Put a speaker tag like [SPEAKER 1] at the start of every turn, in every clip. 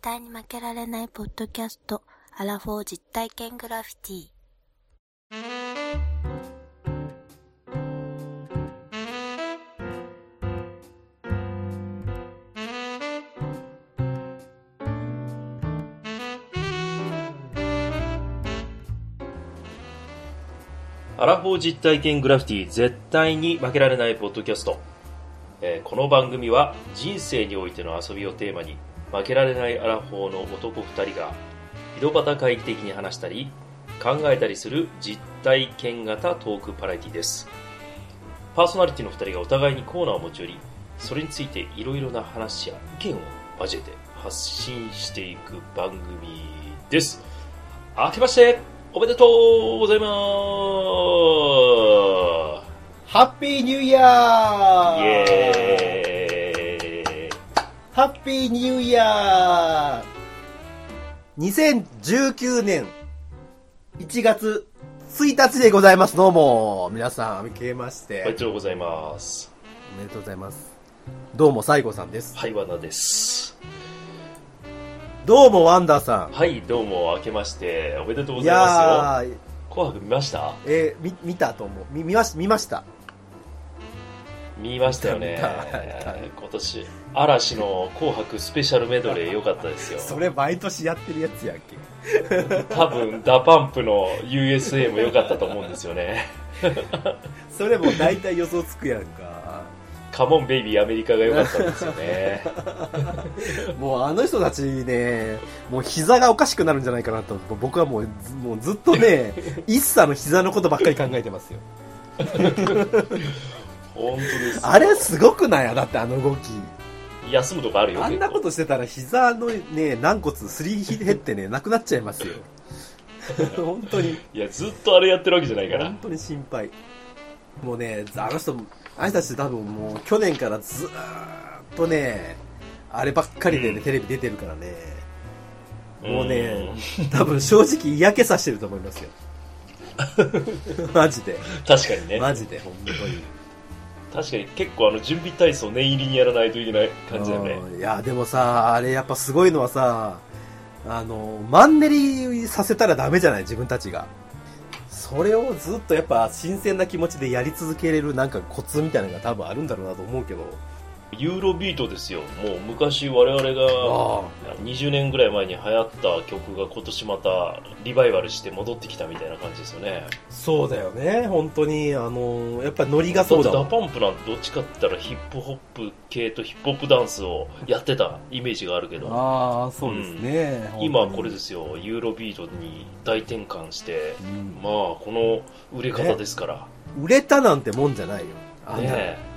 [SPEAKER 1] 対に負けられないポッドキャスト、アラフォー実体験グラフィティ。
[SPEAKER 2] アラフォー実体験グラフィティ絶対に負けられないポッドキャスト、えーこの番組は人生においての遊びをテーマに負けられないアラフォーの男2人が井戸端会議的に話したり考えたりする実体験型トークパラエティですパーソナリティの2人がお互いにコーナーを持ち寄りそれについていろいろな話や意見を交えて発信していく番組です明けましておめでとうございます
[SPEAKER 3] ハッピーニューイヤ
[SPEAKER 2] イ
[SPEAKER 3] ー
[SPEAKER 2] エ
[SPEAKER 3] ハッピーニューイヤー !2019 年1月1日でございます。どうも、皆さん、明けまし
[SPEAKER 2] ーイお、
[SPEAKER 3] て
[SPEAKER 2] めでとうございます。
[SPEAKER 3] おめでとうございます。どうも、サイコさんです。
[SPEAKER 2] はい、わなです。
[SPEAKER 3] どうも、ワンダーさ。
[SPEAKER 2] はい、どうも、明けまして、おめでとうんご
[SPEAKER 3] い
[SPEAKER 2] ざいま
[SPEAKER 3] やー、
[SPEAKER 2] すよ。紅白見ました
[SPEAKER 3] えーみ、見たと思う。み見まし、見ました。
[SPEAKER 2] 見ましたよね
[SPEAKER 3] 見た見。
[SPEAKER 2] 今年、嵐の紅白スペシャルメドレー良かったですよ。
[SPEAKER 3] それ、毎年やってるやつやんけ。
[SPEAKER 2] 多分、ダパンプの USA も良かったと思うんですよね。
[SPEAKER 3] それもう大体予想つくやんか。
[SPEAKER 2] カモンベイビーアメリカが良かったんですよ ね。
[SPEAKER 3] もうあの人たちね、もう膝がおかしくなるんじゃないかなと、僕はもうずもうずっとね、一茶の膝のことばっかり考えてますよ。
[SPEAKER 2] 本当ですよ。
[SPEAKER 3] あれすごくないだってあの動き。
[SPEAKER 2] 休むとこあるよ、
[SPEAKER 3] あんなことしてたら膝のね、軟骨すり減ってね、なくなっちゃいますよ。本当に、
[SPEAKER 2] いや、ずっとあれやってるわけじゃないから
[SPEAKER 3] 本。当に心配。もうね、あの人、あの人たち多分もう去年からずーっとね、あればっかりで、ね
[SPEAKER 2] うん
[SPEAKER 3] テレビ出てるからね、もう
[SPEAKER 2] うん
[SPEAKER 3] ね、多分正直嫌気さしてると思 いますよ。マジで。
[SPEAKER 2] 確かにね。
[SPEAKER 3] マジで、本当に。
[SPEAKER 2] 確かに結構あの準備体操念入りにやらないといけない感じだよね
[SPEAKER 3] うんいや、でもさ、あれやっぱすごいのはさ、あの、マンネリさせたらダメじゃない、自分たちが。それをずっとやっぱ新鮮な気持ちでやり続けれるなんかコツみたいなのが多分あるんだろうなと思うけど。
[SPEAKER 2] ユーロビートですよもう昔我々が
[SPEAKER 3] あ
[SPEAKER 2] 20年ぐらい前に流行った曲が今年またリバイバルして戻ってきたみたいな感じですよね
[SPEAKER 3] あ、そうだよね、本当に。あの、やっぱノリ
[SPEAKER 2] だ
[SPEAKER 3] が
[SPEAKER 2] って
[SPEAKER 3] そうだ
[SPEAKER 2] ダ
[SPEAKER 3] もん。
[SPEAKER 2] パンプなんてどっちかって言ったらヒップホップ系とヒップホップダンスをやってたイメージがあるけど
[SPEAKER 3] ああ、そうですね。。
[SPEAKER 2] 今これですすよユーロビートに大転換して
[SPEAKER 3] うん
[SPEAKER 2] まあこの売れ方ですから
[SPEAKER 3] 売れたなんてもんじゃないよ。あんな
[SPEAKER 2] ね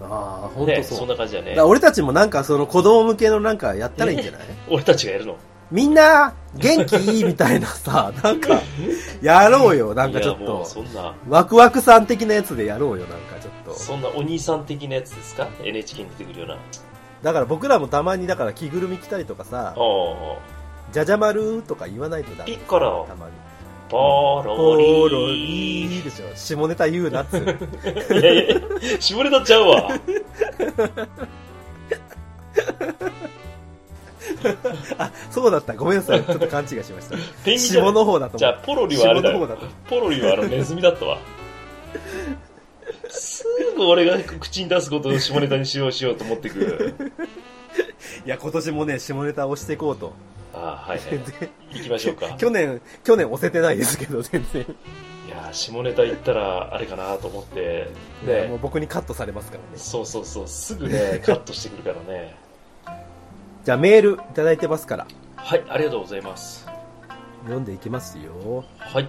[SPEAKER 3] ああ、
[SPEAKER 2] え
[SPEAKER 3] 本
[SPEAKER 2] ねえ
[SPEAKER 3] 当
[SPEAKER 2] そ
[SPEAKER 3] そ
[SPEAKER 2] ん
[SPEAKER 3] う。
[SPEAKER 2] な感じだ
[SPEAKER 3] だ
[SPEAKER 2] ね
[SPEAKER 3] から俺たちもなんかその子供向けのなんかやったらいいんじゃない、
[SPEAKER 2] 俺たちがやるの
[SPEAKER 3] みんな、元気みたいなさ、なんか、やろうよ、なんかちょっ
[SPEAKER 2] いやもう
[SPEAKER 3] と。
[SPEAKER 2] そんな
[SPEAKER 3] ワクワクさん的なやつでやろうよ、なんかちょっと。
[SPEAKER 2] そんなお兄さん的なやつですか ?NHK に出てくるような。
[SPEAKER 3] だから僕らもたまに、だから着ぐるみ着たりとかさ、
[SPEAKER 2] あ
[SPEAKER 3] じゃじゃ丸とか言わないとダ
[SPEAKER 2] あ。
[SPEAKER 3] メ
[SPEAKER 2] ピ。ッコロ
[SPEAKER 3] た、まに。
[SPEAKER 2] ポロ
[SPEAKER 3] おろ
[SPEAKER 2] リ
[SPEAKER 3] いいでしょ。下ネタ言うなっつうの。
[SPEAKER 2] ー。いやいや、絞れたっちゃうわ。
[SPEAKER 3] あ、そうだった。ごめんなさい。ちょっと勘違いしました。
[SPEAKER 2] ペンギンじゃな
[SPEAKER 3] 下
[SPEAKER 2] い
[SPEAKER 3] の方だと
[SPEAKER 2] じ
[SPEAKER 3] 思
[SPEAKER 2] ゃ
[SPEAKER 3] う
[SPEAKER 2] あ、。ポロリはあれだ
[SPEAKER 3] 下の方だ
[SPEAKER 2] よ
[SPEAKER 3] と。
[SPEAKER 2] ポロリはあのネズミだったわ。すぐ俺が口に出すことを下ネタにしようしようと思ってく。
[SPEAKER 3] いや、今年もね、下ネタ押していこうと。
[SPEAKER 2] ああ、はい、は
[SPEAKER 3] 全
[SPEAKER 2] い。行きましょう か。
[SPEAKER 3] 然。去年、去年押せてないですけど、全然。
[SPEAKER 2] いや、下ネタ言ったらあれかなと思って。
[SPEAKER 3] いやも
[SPEAKER 2] ね
[SPEAKER 3] う、僕にカットされますからね。
[SPEAKER 2] そうそうそう、すぐね、カットしてくるからね。
[SPEAKER 3] じゃあメールいただいてますから
[SPEAKER 2] はい、ありがとうございます。
[SPEAKER 3] 読んでいきますよ、
[SPEAKER 2] はい。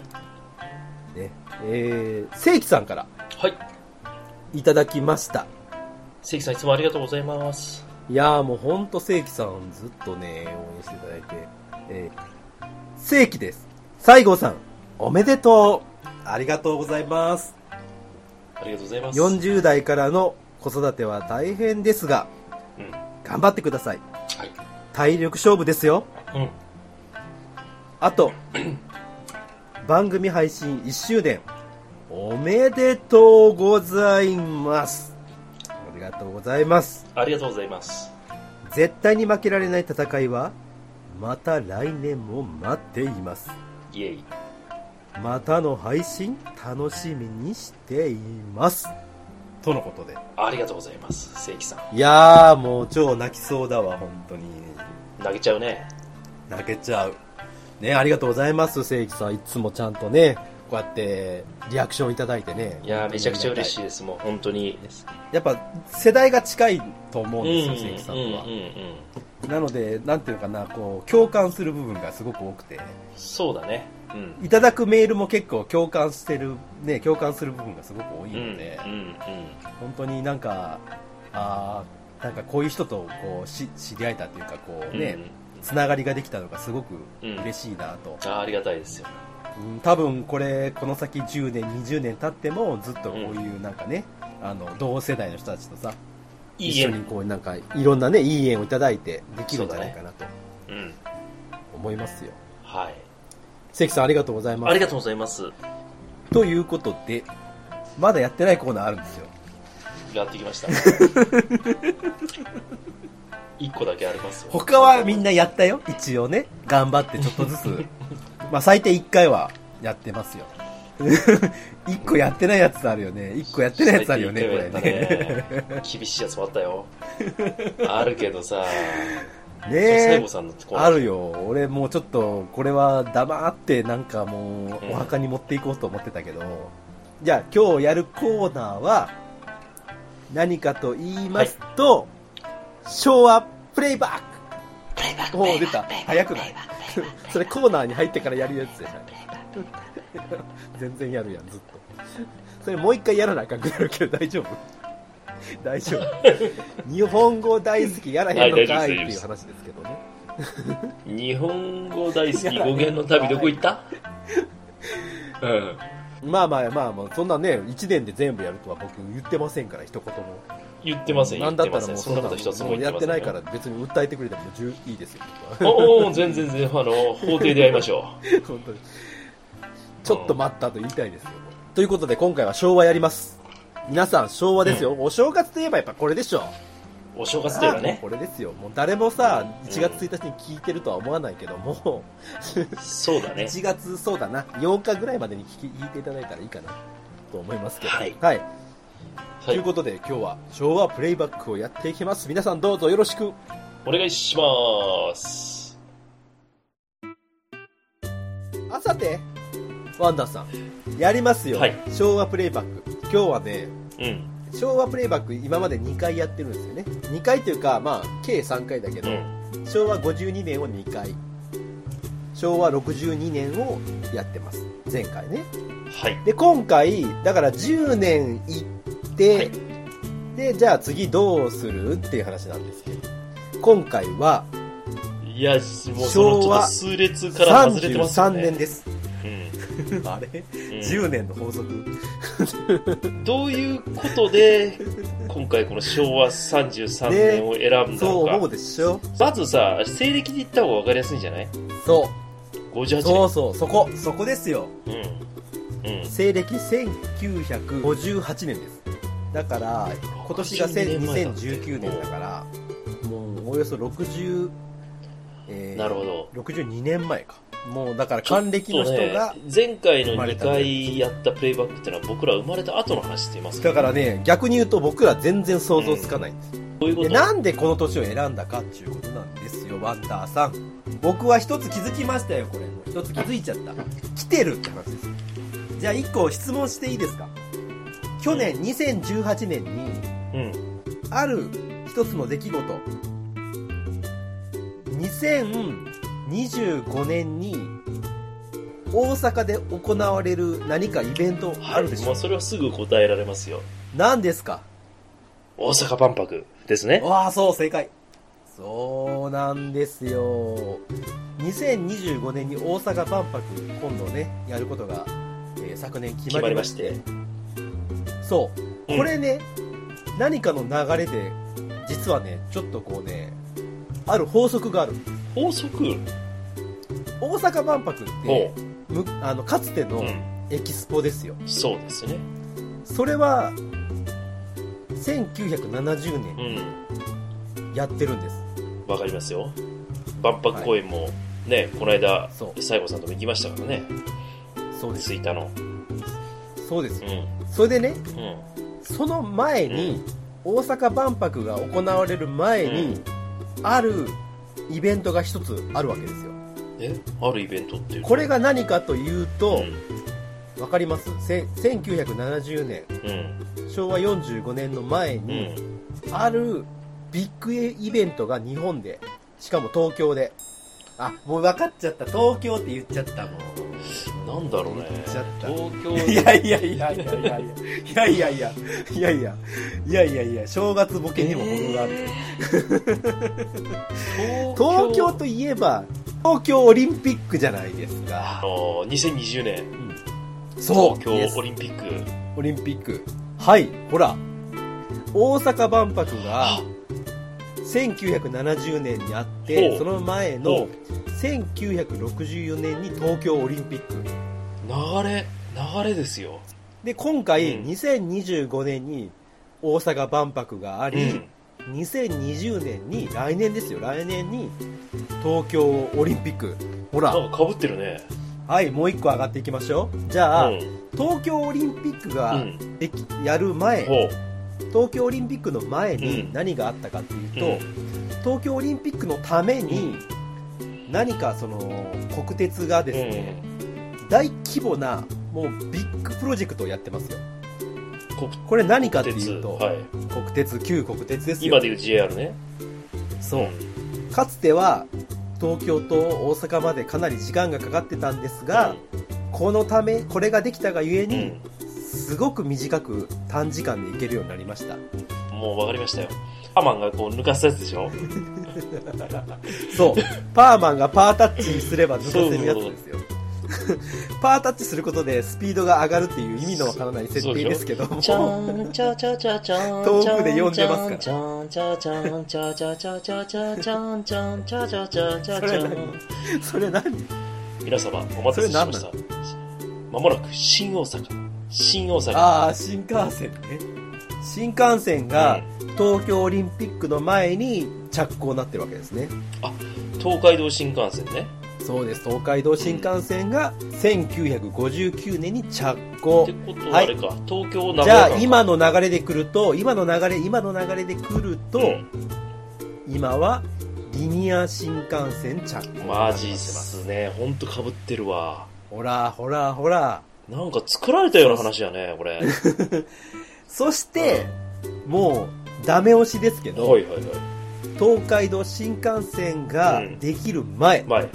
[SPEAKER 3] ねえー、正規さんから
[SPEAKER 2] はい。
[SPEAKER 3] いただきました
[SPEAKER 2] 関さんいつもありがとうございます。
[SPEAKER 3] いやーもうほんと正規さんずっとね応援していただいて、えー、正規です西郷さんおめでとうありがとうございます
[SPEAKER 2] ありがとうございます。
[SPEAKER 3] 40代からの子育ては大変ですが
[SPEAKER 2] うん。は
[SPEAKER 3] 頑張ってください
[SPEAKER 2] い。
[SPEAKER 3] 体力勝負ですよ
[SPEAKER 2] うん。
[SPEAKER 3] あ と番組配信1周年おめでとうございますありがとうございます
[SPEAKER 2] ありがとうございます。
[SPEAKER 3] 絶対に負けられない戦いはまた来年も待っています。
[SPEAKER 2] イエイ。
[SPEAKER 3] またの配信楽しみにしています。とのことで。
[SPEAKER 2] ありがとうございます。正規さん。
[SPEAKER 3] いやー、もう超泣きそうだわ、本当に。
[SPEAKER 2] 投げちゃうね。
[SPEAKER 3] 泣けちゃう。ね、ありがとうございます、正規さん。いつもちゃんとね、こうやってリアクションいただいてね。
[SPEAKER 2] いやーめちゃくちゃ嬉し
[SPEAKER 3] い。
[SPEAKER 2] いです。もう本当に。
[SPEAKER 3] やっぱ世代が近いと思
[SPEAKER 2] う
[SPEAKER 3] うん
[SPEAKER 2] ん。う
[SPEAKER 3] ですよ、正規さん
[SPEAKER 2] ん。
[SPEAKER 3] と
[SPEAKER 2] う
[SPEAKER 3] は。
[SPEAKER 2] ん。うん。
[SPEAKER 3] なので、なんていうのかな、こう、共感する部分がすごく多くて、
[SPEAKER 2] そうだね。うん。
[SPEAKER 3] いただくメールも結構共感してる、ね、共感する部分がすごく多い
[SPEAKER 2] うん。うん。う
[SPEAKER 3] ので、
[SPEAKER 2] ん。
[SPEAKER 3] 本当になんか、あーなんかこういう人とこうし知り合えたっていうか、こ
[SPEAKER 2] う。
[SPEAKER 3] うんね、つながりができたのがすごく
[SPEAKER 2] うん
[SPEAKER 3] 嬉しいなと、
[SPEAKER 2] あーありがたいですよ。
[SPEAKER 3] うん多分これこの先10年20年経ってもずっとこういうなんかね、あの同世代の人たちとさ
[SPEAKER 2] いい
[SPEAKER 3] 一緒に
[SPEAKER 2] 縁。
[SPEAKER 3] こうなんかいろんなねいい縁をいただいてできるんじゃないかなと
[SPEAKER 2] うん。
[SPEAKER 3] 思いますよ、
[SPEAKER 2] はい。
[SPEAKER 3] 関さんありがとうございます
[SPEAKER 2] ありがとうございます。
[SPEAKER 3] ということでまだやってないコーナーあるんですよ
[SPEAKER 2] やってきま した。一個だけありますよ。
[SPEAKER 3] 他はみんなやったよ一応ね頑張ってちょっとずつまあ最低1回はやってますよ1個やってないやつあるよね1個やってないやつあるよねこれね
[SPEAKER 2] ね。厳しいやつもあったよ。あるけどさ、 最
[SPEAKER 3] ね
[SPEAKER 2] 後
[SPEAKER 3] え
[SPEAKER 2] さんのとこ
[SPEAKER 3] あるよ俺もうちょっとこれは黙ってなんかも
[SPEAKER 2] うん
[SPEAKER 3] うお墓に持っていこうと思ってたけど、じゃあ今日やるコーナーは何かと言いますと、昭和プレイバック
[SPEAKER 1] プレイバッ
[SPEAKER 3] おー出た早くない それコーナーに入ってからやるやつじゃない全然やるやんずっとそれもう一回やらなあかんくなるけど大丈夫 大丈夫日本語大好きやらへんのかいっていう話ですけどね
[SPEAKER 2] 日本語大好き語源の旅どこ行 ったうん。
[SPEAKER 3] まあまあまあまあそんなね1年で全部やるとは僕言ってませんから一言も
[SPEAKER 2] 言ってません、言
[SPEAKER 3] な
[SPEAKER 2] っ
[SPEAKER 3] んだ
[SPEAKER 2] て
[SPEAKER 3] った
[SPEAKER 2] ま
[SPEAKER 3] ら
[SPEAKER 2] せ
[SPEAKER 3] も
[SPEAKER 2] ん。
[SPEAKER 3] う
[SPEAKER 2] そんなこと一つも言って
[SPEAKER 3] やっ
[SPEAKER 2] ませ
[SPEAKER 3] て
[SPEAKER 2] んよ。
[SPEAKER 3] ないから別に訴えてくれても十いいですよ僕は
[SPEAKER 2] おお、全然全然、あの、法廷で会いましょ
[SPEAKER 3] 本当にちょっと待ったと言いたいですよということで今回は昭和やります皆さん昭和ですよ、お正月といえばやっぱこれでしょ
[SPEAKER 2] う。お正月といえばね
[SPEAKER 3] もう。これですよ。もう誰もさ、
[SPEAKER 2] うん
[SPEAKER 3] 1月1日に聞いてるとは思わないけども、
[SPEAKER 2] そうだね。
[SPEAKER 3] 1月、そうだな、8日ぐらいまでに聞き聞いていただいたらいいかなと思いますけど。
[SPEAKER 2] はいは
[SPEAKER 3] という
[SPEAKER 2] い。
[SPEAKER 3] ことで、今日は昭和プレイバックをやっていきます。皆さんどうぞよろしく。
[SPEAKER 2] お願いします。
[SPEAKER 3] あさて、ワンダーさん、やりますよ。
[SPEAKER 2] はい
[SPEAKER 3] 昭和プレイバック。今日はね、
[SPEAKER 2] うん。
[SPEAKER 3] 昭和プレイバック今まで2回やってるんですよね。2回というか、まあ、計3回だけ
[SPEAKER 2] う
[SPEAKER 3] ど、
[SPEAKER 2] ん。
[SPEAKER 3] 昭和52年を2回昭和62年をやってます前回ね
[SPEAKER 2] はい。
[SPEAKER 3] で今回だから10年いって、
[SPEAKER 2] はい
[SPEAKER 3] でじゃあ次どうするっていう話なんですけど今回はい
[SPEAKER 2] や、もうそのちょっと数列から外れてますよ
[SPEAKER 3] 33
[SPEAKER 2] ね。
[SPEAKER 3] 年です、
[SPEAKER 2] うん
[SPEAKER 3] あれ、
[SPEAKER 2] うん
[SPEAKER 3] 10年の法則
[SPEAKER 2] どういうことで、今回この昭和33年を選んだ
[SPEAKER 3] そう
[SPEAKER 2] の
[SPEAKER 3] 思
[SPEAKER 2] か。
[SPEAKER 3] うでしょ
[SPEAKER 2] まずさ、西暦で言った方が分かりやすいんじゃない
[SPEAKER 3] そ
[SPEAKER 2] ?58
[SPEAKER 3] う
[SPEAKER 2] 年。
[SPEAKER 3] そうそうそこそこですよ
[SPEAKER 2] うん。うん。
[SPEAKER 3] 西暦1958年ですだから今年が
[SPEAKER 2] 62年前だって
[SPEAKER 3] 2019年だからもうおよそ60、え
[SPEAKER 2] なるほど。
[SPEAKER 3] 62年前かもうだから還暦の人が、
[SPEAKER 2] ちょっとね前回の2回やったプレイバックっていうのは僕ら生まれた後の話って言います
[SPEAKER 3] だかららね逆に言うと僕ら全然想像つかないんです、
[SPEAKER 2] どういうこ
[SPEAKER 3] で
[SPEAKER 2] と
[SPEAKER 3] なんでこの年を選んだかっていうことなんですよワンダーさん僕は一つ気づきましたよこれ一つ気づいちゃった来てるって話ですじゃあ一個質問していいですか去年2018年に
[SPEAKER 2] うん。
[SPEAKER 3] ある一つの出来事2025年に大阪で行われる何かイベントあ
[SPEAKER 2] は
[SPEAKER 3] るで
[SPEAKER 2] い。
[SPEAKER 3] し
[SPEAKER 2] ま
[SPEAKER 3] ょ
[SPEAKER 2] あそれはすぐ答えられますよ。
[SPEAKER 3] 何ですか
[SPEAKER 2] 大阪万博ですね。
[SPEAKER 3] わあそう正解そうなんですよ2025年に大阪万博今度ねやることが、えー昨年決まりまして
[SPEAKER 2] 決
[SPEAKER 3] そう
[SPEAKER 2] うん
[SPEAKER 3] これね、何かの流れで実はねちょっとこうねある法則がある
[SPEAKER 2] 法則
[SPEAKER 3] 大阪万博っ
[SPEAKER 2] ほ
[SPEAKER 3] てむあのかつて
[SPEAKER 2] う。う
[SPEAKER 3] の
[SPEAKER 2] ん。
[SPEAKER 3] エキスポですよ、
[SPEAKER 2] そうですね。
[SPEAKER 3] それは1970
[SPEAKER 2] う
[SPEAKER 3] 年
[SPEAKER 2] ん。
[SPEAKER 3] やってるんです、
[SPEAKER 2] わかりますよ。万博公演もね、この間、
[SPEAKER 3] そう
[SPEAKER 2] 西郷さんとも行きましたからね、
[SPEAKER 3] そうです
[SPEAKER 2] ツイッターの。
[SPEAKER 3] そうです
[SPEAKER 2] うん。
[SPEAKER 3] それでね
[SPEAKER 2] うん。
[SPEAKER 3] その前に、大阪万博が行われる前に、あるイベントが一つあるわけですよ
[SPEAKER 2] えあるイベントっていうと
[SPEAKER 3] これが何かという
[SPEAKER 2] う
[SPEAKER 3] と、
[SPEAKER 2] ん。
[SPEAKER 3] わかりますせ1970年
[SPEAKER 2] うん。
[SPEAKER 3] 昭和45年の前
[SPEAKER 2] う
[SPEAKER 3] に、
[SPEAKER 2] ん。
[SPEAKER 3] あるビッグイベントが日本でしかも東京であもう分かっちゃった東京って言っちゃったもう
[SPEAKER 2] なんだろうね。
[SPEAKER 3] 言っちゃった
[SPEAKER 2] 東京
[SPEAKER 3] いやいやいやいやいやいやいやいやいやいやいやいやいやいや正月ボケにも程がある、東京といえば東京オリンピックじゃないです
[SPEAKER 2] あ
[SPEAKER 3] か
[SPEAKER 2] のー、2020年、
[SPEAKER 3] そう
[SPEAKER 2] 東京オリンピック。
[SPEAKER 3] オリンピックはいほら大阪万博が
[SPEAKER 2] あ
[SPEAKER 3] 1970年にあっ
[SPEAKER 2] ほ
[SPEAKER 3] て
[SPEAKER 2] う
[SPEAKER 3] その前
[SPEAKER 2] ほ
[SPEAKER 3] の1964年に東京オリンピック
[SPEAKER 2] 流れ、流れですよ。
[SPEAKER 3] で今回
[SPEAKER 2] うん
[SPEAKER 3] 2025年に大阪万博があ
[SPEAKER 2] う
[SPEAKER 3] り、
[SPEAKER 2] ん。
[SPEAKER 3] 2020年に来年ですよ来年に東京オリンピックほら
[SPEAKER 2] なんか被ってるね。
[SPEAKER 3] はいもう一個上がっていきましょうじ
[SPEAKER 2] う
[SPEAKER 3] ゃあ、
[SPEAKER 2] ん。
[SPEAKER 3] 東京オリンピック
[SPEAKER 2] う
[SPEAKER 3] が
[SPEAKER 2] ん。
[SPEAKER 3] でき、やる前
[SPEAKER 2] ほう。
[SPEAKER 3] 東京オリンピックの前
[SPEAKER 2] う
[SPEAKER 3] に
[SPEAKER 2] ん
[SPEAKER 3] 何があったかっていうと、
[SPEAKER 2] うん
[SPEAKER 3] 東京オリンピックのために何かその国鉄がですね、大規模なもうビッグプロジェクトをやってますよ
[SPEAKER 2] 国
[SPEAKER 3] これ何かって
[SPEAKER 2] 鉄。
[SPEAKER 3] いうと、
[SPEAKER 2] はい。
[SPEAKER 3] 国鉄旧国鉄です
[SPEAKER 2] 今
[SPEAKER 3] よ
[SPEAKER 2] でいう JR ね。
[SPEAKER 3] そうかつては東京と大阪までかなり時間がかかってたんですが、このためこれができたがゆえ
[SPEAKER 2] うん。う
[SPEAKER 3] に、
[SPEAKER 2] ん。
[SPEAKER 3] すごく短く短時間で行けるようになりました
[SPEAKER 2] もうわかりましたよ。アマンがこう抜かすやつでしょ
[SPEAKER 3] そうパーマンがパータッチすれば抜かせるやつですよパータッチすることでスピードが上がるっていう意味のわからない設定ですけども
[SPEAKER 4] ちゃんちゃちゃちゃちゃん
[SPEAKER 3] 遠くで呼んでますから
[SPEAKER 4] ちゃんちゃちゃんちゃちゃちゃちゃちゃちゃんちゃんちゃちゃちゃちゃちゃ
[SPEAKER 3] それ何それ何
[SPEAKER 2] 皆様、お待たせしました。まもなく、新大阪。新大阪。
[SPEAKER 3] ああ新幹線ね新幹線が東京オリンピックの前に着工になってるわけですね
[SPEAKER 2] 東海道新幹線ね。
[SPEAKER 3] そうです東海道新幹線が1959年に着
[SPEAKER 2] っ
[SPEAKER 3] 工
[SPEAKER 2] てことはあれか、東京名
[SPEAKER 3] じ
[SPEAKER 2] 古屋
[SPEAKER 3] ゃあ
[SPEAKER 2] 間か
[SPEAKER 3] 今の流れで来ると今の流れ今の流れで来ると、
[SPEAKER 2] う
[SPEAKER 3] 今はリニア新幹線着工
[SPEAKER 2] んマジっすね。ほんと被ってるわ。
[SPEAKER 3] ほらほらほら
[SPEAKER 2] なんか作られたような話やね、こ れ。はい
[SPEAKER 3] そして、もうダメ押しですけど、
[SPEAKER 2] はいはい。
[SPEAKER 3] 東海道新幹線が
[SPEAKER 2] うん
[SPEAKER 3] できる前、
[SPEAKER 2] 前。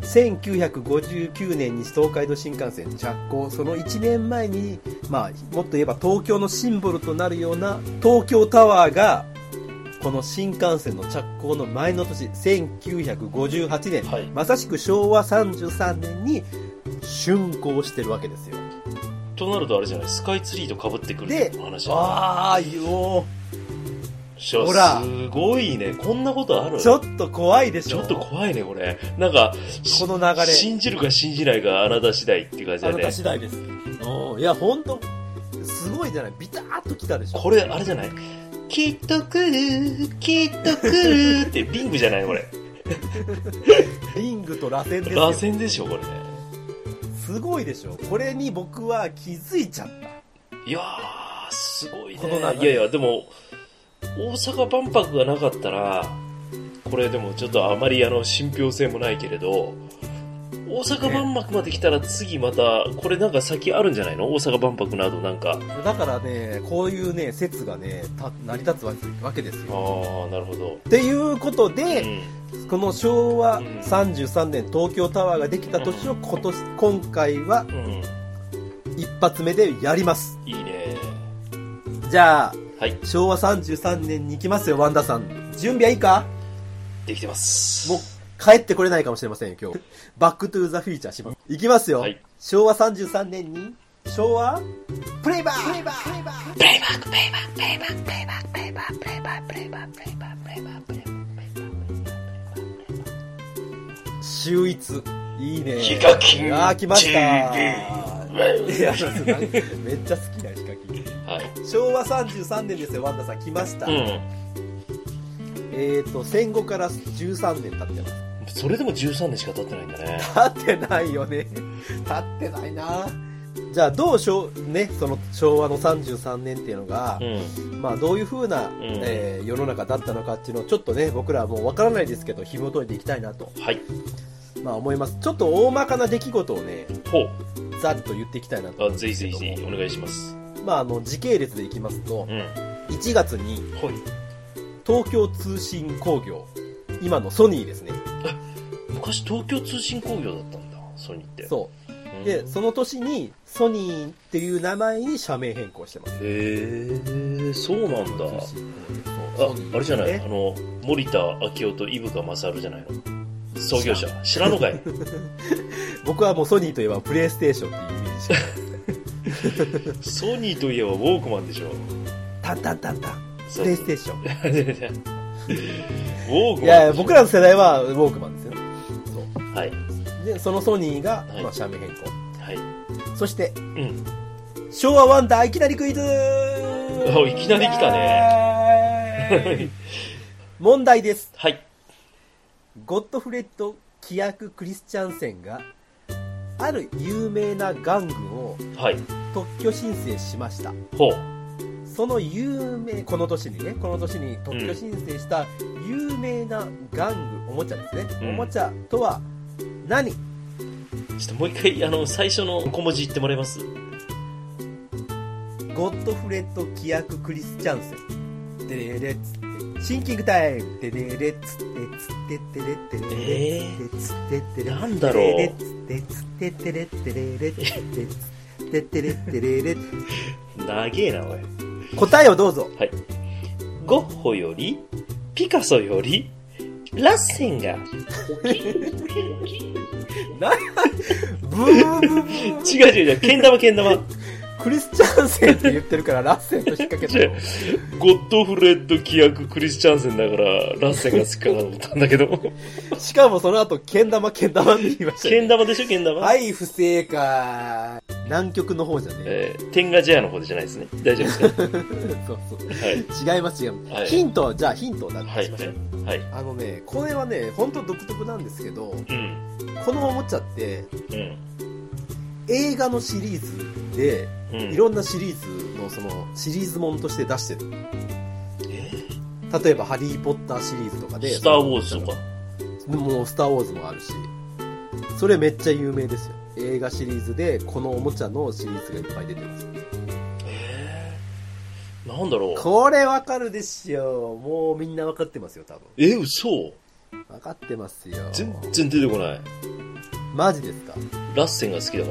[SPEAKER 3] 1959年に東海道新幹線着工その1年前に、まあ、もっと言えば東京のシンボルとなるような東京タワーがこの新幹線の着工の前の年1958年、
[SPEAKER 2] はい
[SPEAKER 3] まさしく昭和33年に竣工してるわけですよ
[SPEAKER 2] となるとあれじゃない、スカイツリーと被ってくる
[SPEAKER 3] で
[SPEAKER 2] って話だね
[SPEAKER 3] ああよ
[SPEAKER 2] しょ
[SPEAKER 3] ほら
[SPEAKER 2] すごいね。こんなことある
[SPEAKER 3] ちょっと怖いでし
[SPEAKER 2] ち
[SPEAKER 3] ょ
[SPEAKER 2] ょっと怖いね、これ。なんか、し
[SPEAKER 3] この流れ
[SPEAKER 2] 信じるか信じないかあなた次第っていう感じだ
[SPEAKER 3] あ
[SPEAKER 2] よ
[SPEAKER 3] な
[SPEAKER 2] ね
[SPEAKER 3] た。次第ですうんいや本当すごいじゃないビターっときたでしょ
[SPEAKER 2] これ、あれじゃないきっと来る、きっと来るってリングじゃないこれ。
[SPEAKER 3] リングと螺旋ですよ
[SPEAKER 2] 螺旋でしょ、これね。
[SPEAKER 3] すごいでしょこれに僕は気づいちゃっ
[SPEAKER 2] いやー、すごいね。
[SPEAKER 3] この流
[SPEAKER 2] いや
[SPEAKER 3] れ
[SPEAKER 2] いや、でも、大阪万博がなかったら、これでもちょっとあまりあの信憑性もないけれど、大阪万博まで来たら次また、これなんか先あるんじゃないの大阪万博の後なんか。
[SPEAKER 3] ただからねこういうね説がねた成り立つわけわけです
[SPEAKER 2] あ
[SPEAKER 3] よ
[SPEAKER 2] あ、なるほど。
[SPEAKER 3] っていうこと
[SPEAKER 2] う
[SPEAKER 3] で、
[SPEAKER 2] ん。
[SPEAKER 3] この昭和
[SPEAKER 2] うん
[SPEAKER 3] 33年東京タワーができた年を今年今回は
[SPEAKER 2] うん。
[SPEAKER 3] 一発目でやります
[SPEAKER 2] いいね。
[SPEAKER 3] じゃあ
[SPEAKER 2] はい、
[SPEAKER 3] 昭和33年に行きますよワンダさん準備はいいか
[SPEAKER 2] できてます。
[SPEAKER 3] もう帰ってこれないかもしれませんよ 今日バックトゥーザフューチャーします行きますよ、
[SPEAKER 2] はい
[SPEAKER 3] 昭和33年に昭和プレイバープレイバー秀逸いいね
[SPEAKER 2] ヒカキン
[SPEAKER 3] あー来ました
[SPEAKER 2] TV
[SPEAKER 3] いやなんかめっちゃ好きなヒカキン
[SPEAKER 2] はい。
[SPEAKER 3] 昭和33年ですよワンダさん来ました、
[SPEAKER 2] うん。
[SPEAKER 3] えっ、と、戦後から13年経ってます。
[SPEAKER 2] それでも13年しか経ってないんだね。
[SPEAKER 3] 経ってないよね。経ってないな。じゃあ、どうしょう、ね、その昭和の33年っていうのが、
[SPEAKER 2] う
[SPEAKER 3] まあ、どういう風な、えー世の中だったのかっていうのを、ちょっとね、僕らはもうわからないですけど、紐解いていきたいなと、
[SPEAKER 2] ん。はい。
[SPEAKER 3] まあ思います。ちょっと大まかな出来事をね、
[SPEAKER 2] ほ
[SPEAKER 3] ざっと言っていきたいなと
[SPEAKER 2] う。あ、
[SPEAKER 3] 思うん
[SPEAKER 2] ぜ
[SPEAKER 3] で
[SPEAKER 2] ひ
[SPEAKER 3] す
[SPEAKER 2] ぜ
[SPEAKER 3] け
[SPEAKER 2] ひ
[SPEAKER 3] ど
[SPEAKER 2] ぜ
[SPEAKER 3] も。
[SPEAKER 2] ひ、お願いします。
[SPEAKER 3] まあ、あの、時系列でいきますと
[SPEAKER 2] う、ん。
[SPEAKER 3] 1月に、
[SPEAKER 2] ほい。
[SPEAKER 3] 東京通信工業、今のソニーですね。
[SPEAKER 2] 昔東京通信工業だったんだ、ソニーって。
[SPEAKER 3] そうう。
[SPEAKER 2] ん
[SPEAKER 3] で、その年に、ソニーっていう名前に社名変更してます。
[SPEAKER 2] へえ、そうなんだ。
[SPEAKER 3] 通信工業
[SPEAKER 2] あ
[SPEAKER 3] そうソニ、ー
[SPEAKER 2] あれじゃない、
[SPEAKER 3] ね
[SPEAKER 2] あの、森田明夫と伊深勝じゃないの創業者。知らんのかい
[SPEAKER 3] 僕はもうソニーといえばプレイステーションっていうイメージしかない
[SPEAKER 2] ソニーといえばウォークマンでし ょ。
[SPEAKER 3] タンタンタンタン
[SPEAKER 2] そ
[SPEAKER 3] プ
[SPEAKER 2] う
[SPEAKER 3] レイステーション
[SPEAKER 2] ウ ォークマンでしょ。
[SPEAKER 3] いやいや僕らの世代はウォークマンですよ
[SPEAKER 2] はい。
[SPEAKER 3] でそのソニーが、
[SPEAKER 2] はい
[SPEAKER 3] まあ、社名変更
[SPEAKER 2] はい。
[SPEAKER 3] そして
[SPEAKER 2] うん。
[SPEAKER 3] 昭和ワンダーいきなりクイズ
[SPEAKER 2] おいきなり来た
[SPEAKER 3] ね問題です
[SPEAKER 2] はい。
[SPEAKER 3] ゴッドフレッド・キアク・クリスチャンセンがある有名な玩具を
[SPEAKER 2] はい。
[SPEAKER 3] 特許申請しました
[SPEAKER 2] ほう。
[SPEAKER 3] その有名この年にねこの年に特許申請した有名な玩具おもちゃですね、
[SPEAKER 2] うん
[SPEAKER 3] おもちゃとは何
[SPEAKER 2] ちょっともう一回、あの、最初の小文字言ってもらえます
[SPEAKER 3] ゴッドフレッド規約クリスチャンセンデレレッツってシンキングタイムデレレッツってつってってれってれ
[SPEAKER 2] え
[SPEAKER 3] れつってってれ
[SPEAKER 2] なんだろう
[SPEAKER 3] デレレッツってつってってれってれれつってってれってれれ
[SPEAKER 2] 長えな、おい。
[SPEAKER 3] 答えをどうぞ
[SPEAKER 2] ゴッホより、ピカソより、ラッセンが。
[SPEAKER 3] ブーブーブーブー
[SPEAKER 2] 違う違う違う、けん玉けん玉。
[SPEAKER 3] クリスチャンセンって言ってるからラッセンと引っ掛けてる
[SPEAKER 2] ゴッドフレッド規約クリスチャンセンだから、ラッセンが好きかなと思ったんだ けど。
[SPEAKER 3] しかもその後、けん玉、けん玉って言いました、ね。
[SPEAKER 2] けん玉でしょ、けん玉。
[SPEAKER 3] はい、不正解。南極の方じゃねえ。
[SPEAKER 2] えー、天下ジェアの方でじゃないですね。大丈夫ですか
[SPEAKER 3] そうそう。
[SPEAKER 2] はい。
[SPEAKER 3] 違います、違います。
[SPEAKER 2] はい
[SPEAKER 3] ヒント、じゃあヒントを出しま
[SPEAKER 2] は
[SPEAKER 3] し
[SPEAKER 2] い
[SPEAKER 3] ょう。。
[SPEAKER 2] はい。
[SPEAKER 3] あのね、これはね、ほんと独特なんですけど、
[SPEAKER 2] うん。
[SPEAKER 3] このおもちゃって、
[SPEAKER 2] うん。
[SPEAKER 3] 映画のシリーズで、
[SPEAKER 2] うん。
[SPEAKER 3] いろんなシリーズの、その、シリーズもんとして出してる。
[SPEAKER 2] え
[SPEAKER 3] 例えば、ハリー・ポッターシリーズとかで。
[SPEAKER 2] スター・ウォーズとか。
[SPEAKER 3] もう、スター・ウォーズもあるし、それめっちゃ有名ですよ。映画シリーズで、このおもちゃのシリーズがいっぱい出てます。
[SPEAKER 2] えー、なんだろう。
[SPEAKER 3] これわかるでしょ。もうみんなわかってますよ、多分。
[SPEAKER 2] えー、嘘
[SPEAKER 3] わかってますよ。
[SPEAKER 2] 全然出てこない。
[SPEAKER 3] マジですか
[SPEAKER 2] ラッセンが好きだか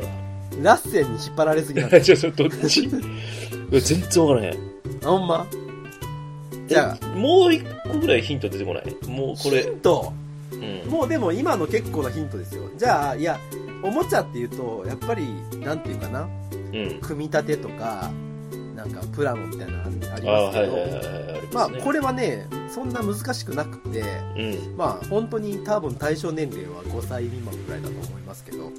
[SPEAKER 2] ら。
[SPEAKER 3] ラッセンに引っ張られすぎ なんで
[SPEAKER 2] じゃあ、それどっち全然わからへん。
[SPEAKER 3] ほんまじゃ
[SPEAKER 2] えもう一個ぐらいヒント出てこない。もう
[SPEAKER 3] あ、
[SPEAKER 2] こ
[SPEAKER 3] ヒ
[SPEAKER 2] れ
[SPEAKER 3] ン。ト。
[SPEAKER 2] うん。
[SPEAKER 3] もうでも今の結構なヒントですよ。じゃあ、いや、おもちゃっていうと、やっぱり、なんていうかな、
[SPEAKER 2] うん。
[SPEAKER 3] 組み立てとか、なんかプラモみたいなのあります
[SPEAKER 2] あー
[SPEAKER 3] けど、
[SPEAKER 2] はいはいはいはい。あり
[SPEAKER 3] ま
[SPEAKER 2] ま
[SPEAKER 3] あ、
[SPEAKER 2] すね。
[SPEAKER 3] これはね、そんな難しくなくて、
[SPEAKER 2] うん。
[SPEAKER 3] まあ、本当に多分対象年齢は5歳未満ぐらいだと思いますけど、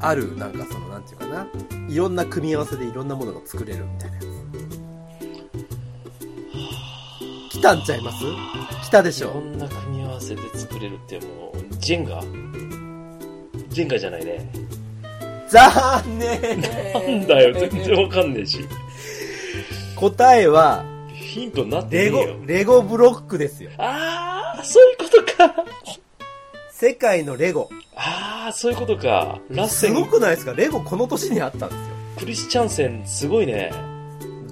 [SPEAKER 3] ある、なんかその、なんていうかな、いろんな組み合わせでいろんなものが作れるみたいなやつ。来たんちゃいます来たでし
[SPEAKER 2] こ
[SPEAKER 3] ょ
[SPEAKER 2] んな組み合わせで作れるってもう、ジェンガジェンガじゃないね。
[SPEAKER 3] 残 念
[SPEAKER 2] なんだよ、全然わかんねえし。
[SPEAKER 3] 答えは、
[SPEAKER 2] ヒントになって
[SPEAKER 3] レ
[SPEAKER 2] ねえ
[SPEAKER 3] ゴ
[SPEAKER 2] よ。、
[SPEAKER 3] レゴブロックですよ。
[SPEAKER 2] あー、そういうことか。
[SPEAKER 3] 世界のレゴ。
[SPEAKER 2] あー、そういうことか。ラッセ
[SPEAKER 3] すご
[SPEAKER 2] ン、
[SPEAKER 3] くないですかレゴこの年にあったんですよ。
[SPEAKER 2] クリスチャンセン、すごいね。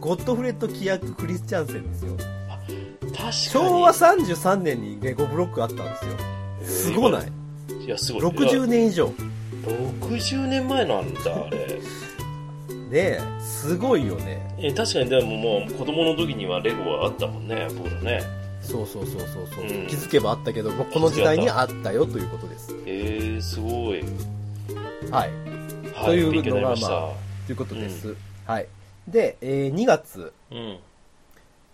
[SPEAKER 3] ゴッドフレッド・キアク・クリスチャンセンですよ。
[SPEAKER 2] 確かに。
[SPEAKER 3] 昭和33年にレゴブロックあったんですよ。すごない
[SPEAKER 2] いや、すごい。
[SPEAKER 3] 60年以上。
[SPEAKER 2] いや60年前なんだ、あれ。
[SPEAKER 3] ねえ、すごいよね。
[SPEAKER 2] え確かに、でももう、子供の時にはレゴはあったもんね、僕らね。
[SPEAKER 3] そうそうそうそうそう、
[SPEAKER 2] うん
[SPEAKER 3] 気づけばあったけど、この時代にあったよということです。
[SPEAKER 2] えー、すごい。
[SPEAKER 3] はい。
[SPEAKER 2] はい、
[SPEAKER 3] というのが
[SPEAKER 2] 勉強になりました。
[SPEAKER 3] まということです。はい。で、えー2月、
[SPEAKER 2] うん。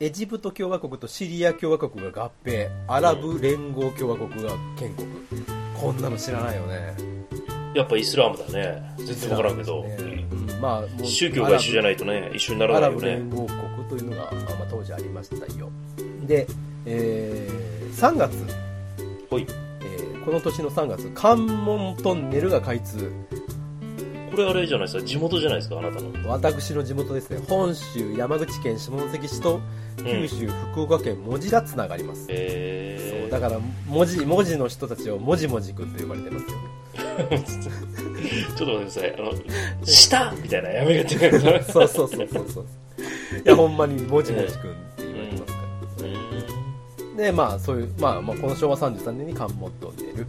[SPEAKER 3] エジプト共和国とシリア共和国が合併、アラブ連合共和国が建国。こんなの知らないよね。
[SPEAKER 2] やっぱイスラームだね。全然わからんけど。
[SPEAKER 3] 知らないですねうんまあ、もう
[SPEAKER 2] 宗教が一緒じゃないとね、一緒にな
[SPEAKER 3] ア
[SPEAKER 2] らな
[SPEAKER 3] ラ
[SPEAKER 2] いよ
[SPEAKER 3] ブ
[SPEAKER 2] ね
[SPEAKER 3] 連。合国というのが、まあ、当時ありましたよ。で、えー3月、
[SPEAKER 2] ほい。
[SPEAKER 3] えーこの年の3月関門トンネルが開通
[SPEAKER 2] これあれじゃないですか、地元じゃないですか、あなたの。
[SPEAKER 3] 私の地元ですね本州山口県下関市と九州、福岡県門司がつながります、そう
[SPEAKER 2] え
[SPEAKER 3] だから文字文字の人たちをもじもじくんと呼ばれてますよ
[SPEAKER 2] ー、ちょっと待ってください。あの、下みたいなやめてください。
[SPEAKER 3] そうそうそうそうそう いやほんまにもじもじくんって言われてますから、
[SPEAKER 2] うん。
[SPEAKER 3] でまあそういう、まあ、まあこの昭和33年に関門トンネル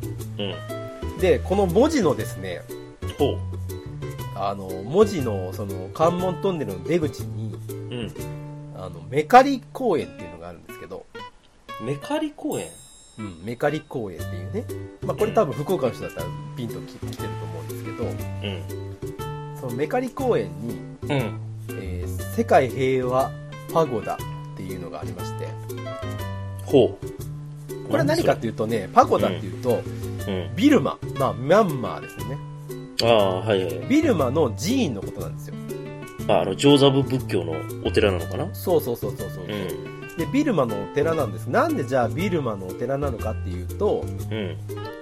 [SPEAKER 2] うん。
[SPEAKER 3] でこの文字のですね
[SPEAKER 2] ほう。
[SPEAKER 3] あの文字のその関門トンネルの出口に
[SPEAKER 2] うん。
[SPEAKER 3] あのメカリ公園っていうのがあるんですけど、
[SPEAKER 2] メカリ公園
[SPEAKER 3] うん、メカリ公園っていうね、まあ、これ多分福岡の人だったらピンとき来てると思うんですけど
[SPEAKER 2] うん。
[SPEAKER 3] そのメカリ公園に、
[SPEAKER 2] うん。
[SPEAKER 3] えー世界平和パゴダっていうのがありまして
[SPEAKER 2] ほう。
[SPEAKER 3] これは何かっていうとねパゴダっていうと
[SPEAKER 2] うん。
[SPEAKER 3] ビルマ、まあ、ミャンマーですよね
[SPEAKER 2] ああ、はいはいはい。
[SPEAKER 3] ビルマの寺院のことなんですよ
[SPEAKER 2] まあ、あの、上座部仏教のお寺なのかな
[SPEAKER 3] そうそうそうそうそう、
[SPEAKER 2] うん。
[SPEAKER 3] でビルマのお寺なんですなんでじゃあビルマのお寺なのかっていうと
[SPEAKER 2] うん。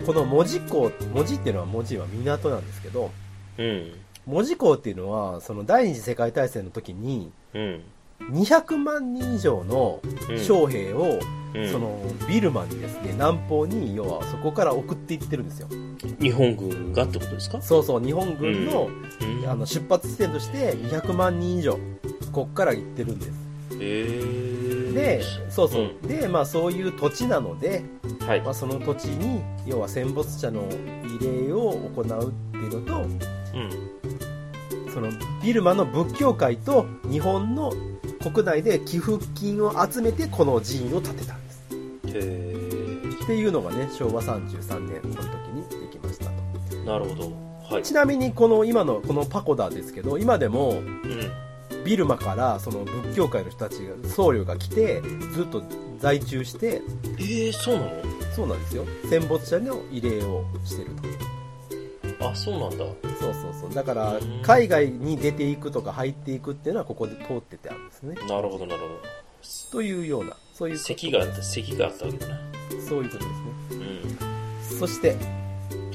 [SPEAKER 3] この門司港門司っていうのは門司は港なんですけど
[SPEAKER 2] うん。
[SPEAKER 3] 門司港っていうのはその第二次世界大戦の時に
[SPEAKER 2] うん。
[SPEAKER 3] 200万人以上の
[SPEAKER 2] うん
[SPEAKER 3] 将兵を、
[SPEAKER 2] うん
[SPEAKER 3] そのビルマにですね南方に要はそこから送っていってるんですよ
[SPEAKER 2] 日本軍がってことですか
[SPEAKER 3] そうそう日本軍の,、
[SPEAKER 2] うん
[SPEAKER 3] あの出発地点として200万人以上こっから行ってるんです
[SPEAKER 2] えー、
[SPEAKER 3] でそうそう、でまあそういう土地なので
[SPEAKER 2] はい
[SPEAKER 3] まあ、その土地に要は戦没者の慰霊を行うっていうの
[SPEAKER 2] うん
[SPEAKER 3] とそのビルマの仏教界と日本の国内で寄付金を集めてこの寺院を建てたんです
[SPEAKER 2] えー、
[SPEAKER 3] っていうのがね昭和33年の時にできましたと
[SPEAKER 2] なるほどはい
[SPEAKER 3] ちなみにこの今のこのパコダですけど今でも
[SPEAKER 2] うん
[SPEAKER 3] ビルマからその仏教界の人たちが僧侶が来てずっと在中して
[SPEAKER 2] えー、そうな
[SPEAKER 3] そうなんですよ戦没者の慰霊をしてると
[SPEAKER 2] のあそうなんだ
[SPEAKER 3] そうそうそうだから
[SPEAKER 2] うん
[SPEAKER 3] 海外に出ていくとか入っていくっていうのはここで通っててあるんですね
[SPEAKER 2] なるほどなるほ
[SPEAKER 3] というようなそういう
[SPEAKER 2] ど
[SPEAKER 3] こと
[SPEAKER 2] 席があった席があったわけだな
[SPEAKER 3] そういうこと
[SPEAKER 2] う
[SPEAKER 3] で
[SPEAKER 2] ん
[SPEAKER 3] すねそして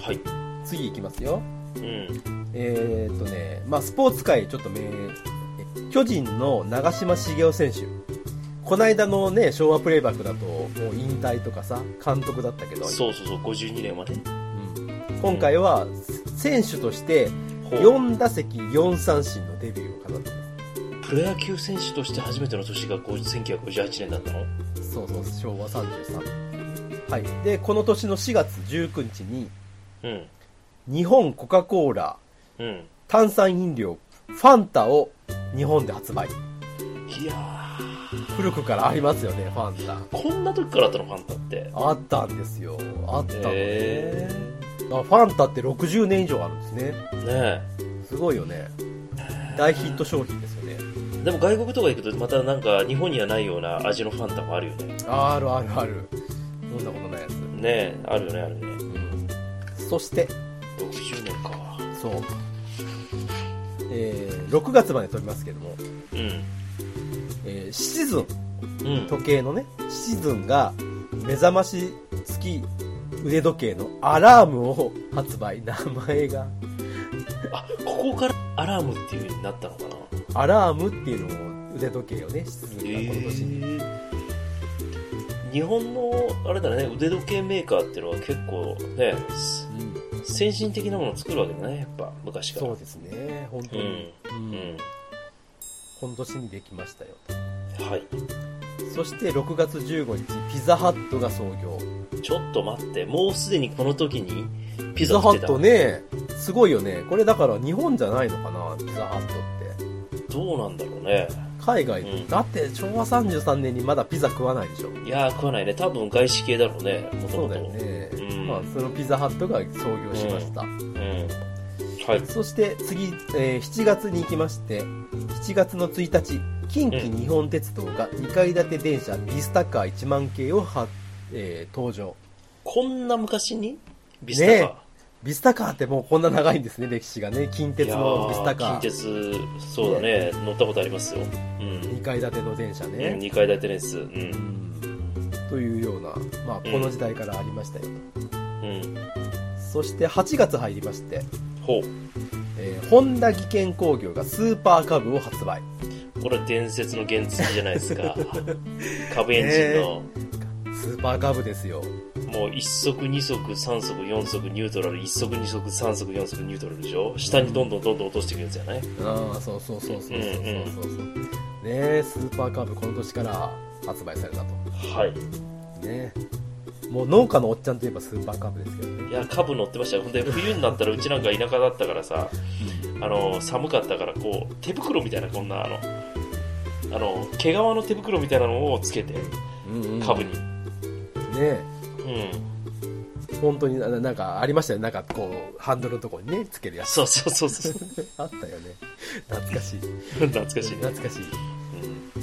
[SPEAKER 2] はい
[SPEAKER 3] 次いきますよ
[SPEAKER 2] うん
[SPEAKER 3] えー、っとねまあスポーツ界ちょっと名巨人の長嶋茂雄選手この間のね昭和プレイバックだともう引退とかさ監督だったけど
[SPEAKER 2] そうそうそう52年まで
[SPEAKER 3] うん今回は選手として
[SPEAKER 2] ほう
[SPEAKER 3] 4打席4三振のデビューを飾ってます
[SPEAKER 2] プロ野球選手として初めての年が50 1958年だったの
[SPEAKER 3] そうそう、昭和33はい。で、この年の4月19日に、
[SPEAKER 2] うん
[SPEAKER 3] 日本コカ・コーラ
[SPEAKER 2] うん
[SPEAKER 3] 炭酸飲料ファンタを日本で発売。
[SPEAKER 2] いやー
[SPEAKER 3] 古くからありますよね、ファンタ。
[SPEAKER 2] こんな時からあったのファンタって
[SPEAKER 3] あったんですよ。あったのね。
[SPEAKER 2] へ
[SPEAKER 3] あファンタって60年以上あるんですね。
[SPEAKER 2] ね
[SPEAKER 3] すごいよね。大ヒット商品ですよね。
[SPEAKER 2] えでも外国とか行くとまたなんか日本にはないような味のファンタもあるよね
[SPEAKER 3] あるあるある。飲んだことないやつ。う
[SPEAKER 2] ねえあるよねあるよね
[SPEAKER 3] ん。そして、
[SPEAKER 2] 60年か
[SPEAKER 3] そう。えー、6月まで飛びますけども、
[SPEAKER 2] うん
[SPEAKER 3] えーシチズン
[SPEAKER 2] うん
[SPEAKER 3] 時計のねシチズンが目覚まし付き腕時計のアラームを発売名前が
[SPEAKER 2] あここからアラームっていう風になったのかな
[SPEAKER 3] アラームっていうのを腕時計をねシチズンがこの年に、
[SPEAKER 2] 日本のあれだね腕時計メーカーっていうのは結構ねす
[SPEAKER 3] うん
[SPEAKER 2] 先進的なものを作るわけだねやっぱ昔から
[SPEAKER 3] そうですね本当に、うん
[SPEAKER 2] うん
[SPEAKER 3] この年にできましたよと
[SPEAKER 2] はい
[SPEAKER 3] そして6月15日ピザハットが創業
[SPEAKER 2] ちょっと待ってもうすでにこの時にピ
[SPEAKER 3] ピ
[SPEAKER 2] ザ
[SPEAKER 3] ザハ
[SPEAKER 2] 食ってた
[SPEAKER 3] ットねすごいよねこれだから日本じゃないのかなピザハットって
[SPEAKER 2] どうなんだろうね
[SPEAKER 3] 海外で、
[SPEAKER 2] うん
[SPEAKER 3] だって昭和33年にまだピザ食わないでしょ
[SPEAKER 2] いやー食わないね多分外資系だろうねもと
[SPEAKER 3] そ
[SPEAKER 2] も
[SPEAKER 3] う
[SPEAKER 2] と
[SPEAKER 3] だよね、
[SPEAKER 2] うん
[SPEAKER 3] まあ、そのピザハットが創業しました、
[SPEAKER 2] うんはい
[SPEAKER 3] そして次、えー7月に行きまして7月の1日近畿日本鉄道が2階建て電車ビスタカー1万系をは、えー登場
[SPEAKER 2] こんな昔にビスタ
[SPEAKER 3] ねビスタカーってもうこんな長いんですね歴史がね近
[SPEAKER 2] カー
[SPEAKER 3] 鉄のビスタカー
[SPEAKER 2] いやー近鉄そうだね乗ったことありますよ、うん
[SPEAKER 3] 2階建ての電車ね、
[SPEAKER 2] 2階建てです、うん
[SPEAKER 3] うんというような、まあ、この時代からありましたよと、
[SPEAKER 2] うん。
[SPEAKER 3] そして8月入りまして、
[SPEAKER 2] ほ
[SPEAKER 3] えー、本田技研工業がスーパーカブを発売
[SPEAKER 2] う。これ伝説の原付じゃないです か。株エンジンの、
[SPEAKER 3] スーパーカブですよ
[SPEAKER 2] もう1足、2足、3足、4足、ニュートラル、1足、2足、3足、4足、ニュートラルでしょ下にどんどんどんどん落としていくやつじゃない
[SPEAKER 3] ああそうそうそうそうそうそうそうそうねえスーパーカブこの年から発売されたと
[SPEAKER 2] はい。
[SPEAKER 3] ねもう農家のおっちゃんといえばスーパーカブですけどね
[SPEAKER 2] いや、株乗ってましたよ。ほんで、冬になったらうちなんか田舎だったからさ、あの、寒かったから、こう、手袋みたいな、こんな、あの、あの、毛皮の手袋みたいなのをつけて、株に。
[SPEAKER 3] ねえ
[SPEAKER 2] うん。
[SPEAKER 3] 本当にななんかありましたよなんかこうハンドルのとこにねつけるやつ
[SPEAKER 2] そうそうそうそう。
[SPEAKER 3] あったよね懐かしい
[SPEAKER 2] 懐かしいね。
[SPEAKER 3] 懐かしい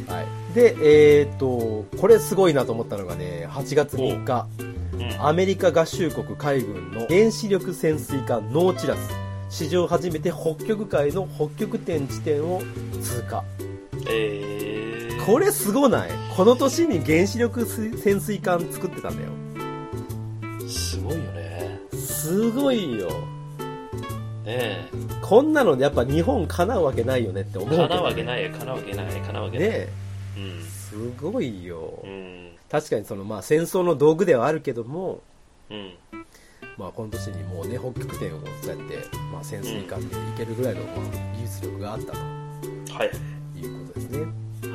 [SPEAKER 2] うん
[SPEAKER 3] はい、で、えー、とこれすごいなと思ったのがね8月3日
[SPEAKER 2] うん。
[SPEAKER 3] アメリカ合衆国海軍の原子力潜水艦ノーチラス史上初めて北極海の北極点地点を通過
[SPEAKER 2] えー、
[SPEAKER 3] これすごないこの年に原子力す潜水艦作ってたんだよ
[SPEAKER 2] すごいよね。
[SPEAKER 3] すごいよ
[SPEAKER 2] ねえ。
[SPEAKER 3] こんなのやっぱ日本かなうわけないよねって思うけど
[SPEAKER 2] かなわけ
[SPEAKER 3] ね
[SPEAKER 2] ないよ、かなわけない、かなわけない。
[SPEAKER 3] え
[SPEAKER 2] うん。
[SPEAKER 3] すごいよ、
[SPEAKER 2] うん。
[SPEAKER 3] 確かにそのまあ戦争の道具ではあるけども
[SPEAKER 2] うん。
[SPEAKER 3] まあ、この年にもうね北極点をそうやって、まあ、潜水艦で行けるぐらいの、まあ、技術力があったと
[SPEAKER 2] はい。
[SPEAKER 3] いうことですね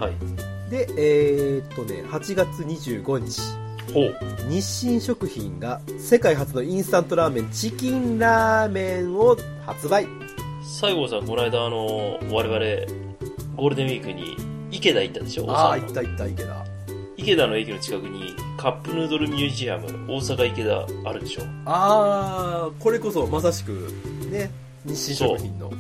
[SPEAKER 2] はい。
[SPEAKER 3] でえーっとね8月25日
[SPEAKER 2] ほう。
[SPEAKER 3] 日清食品が世界初のインスタントラーメンチキンラーメンを発売
[SPEAKER 2] 西郷さん、この間、あの、我々、ゴールデンウィークに、池田行ったでしょ
[SPEAKER 3] ああ
[SPEAKER 2] 大
[SPEAKER 3] 行
[SPEAKER 2] 阪
[SPEAKER 3] っ
[SPEAKER 2] の
[SPEAKER 3] た行った行けた
[SPEAKER 2] 池田の駅の近くに、カップヌードルミュージアム、大阪池田あるでしょ
[SPEAKER 3] ああこれこそまさしくね日清食品の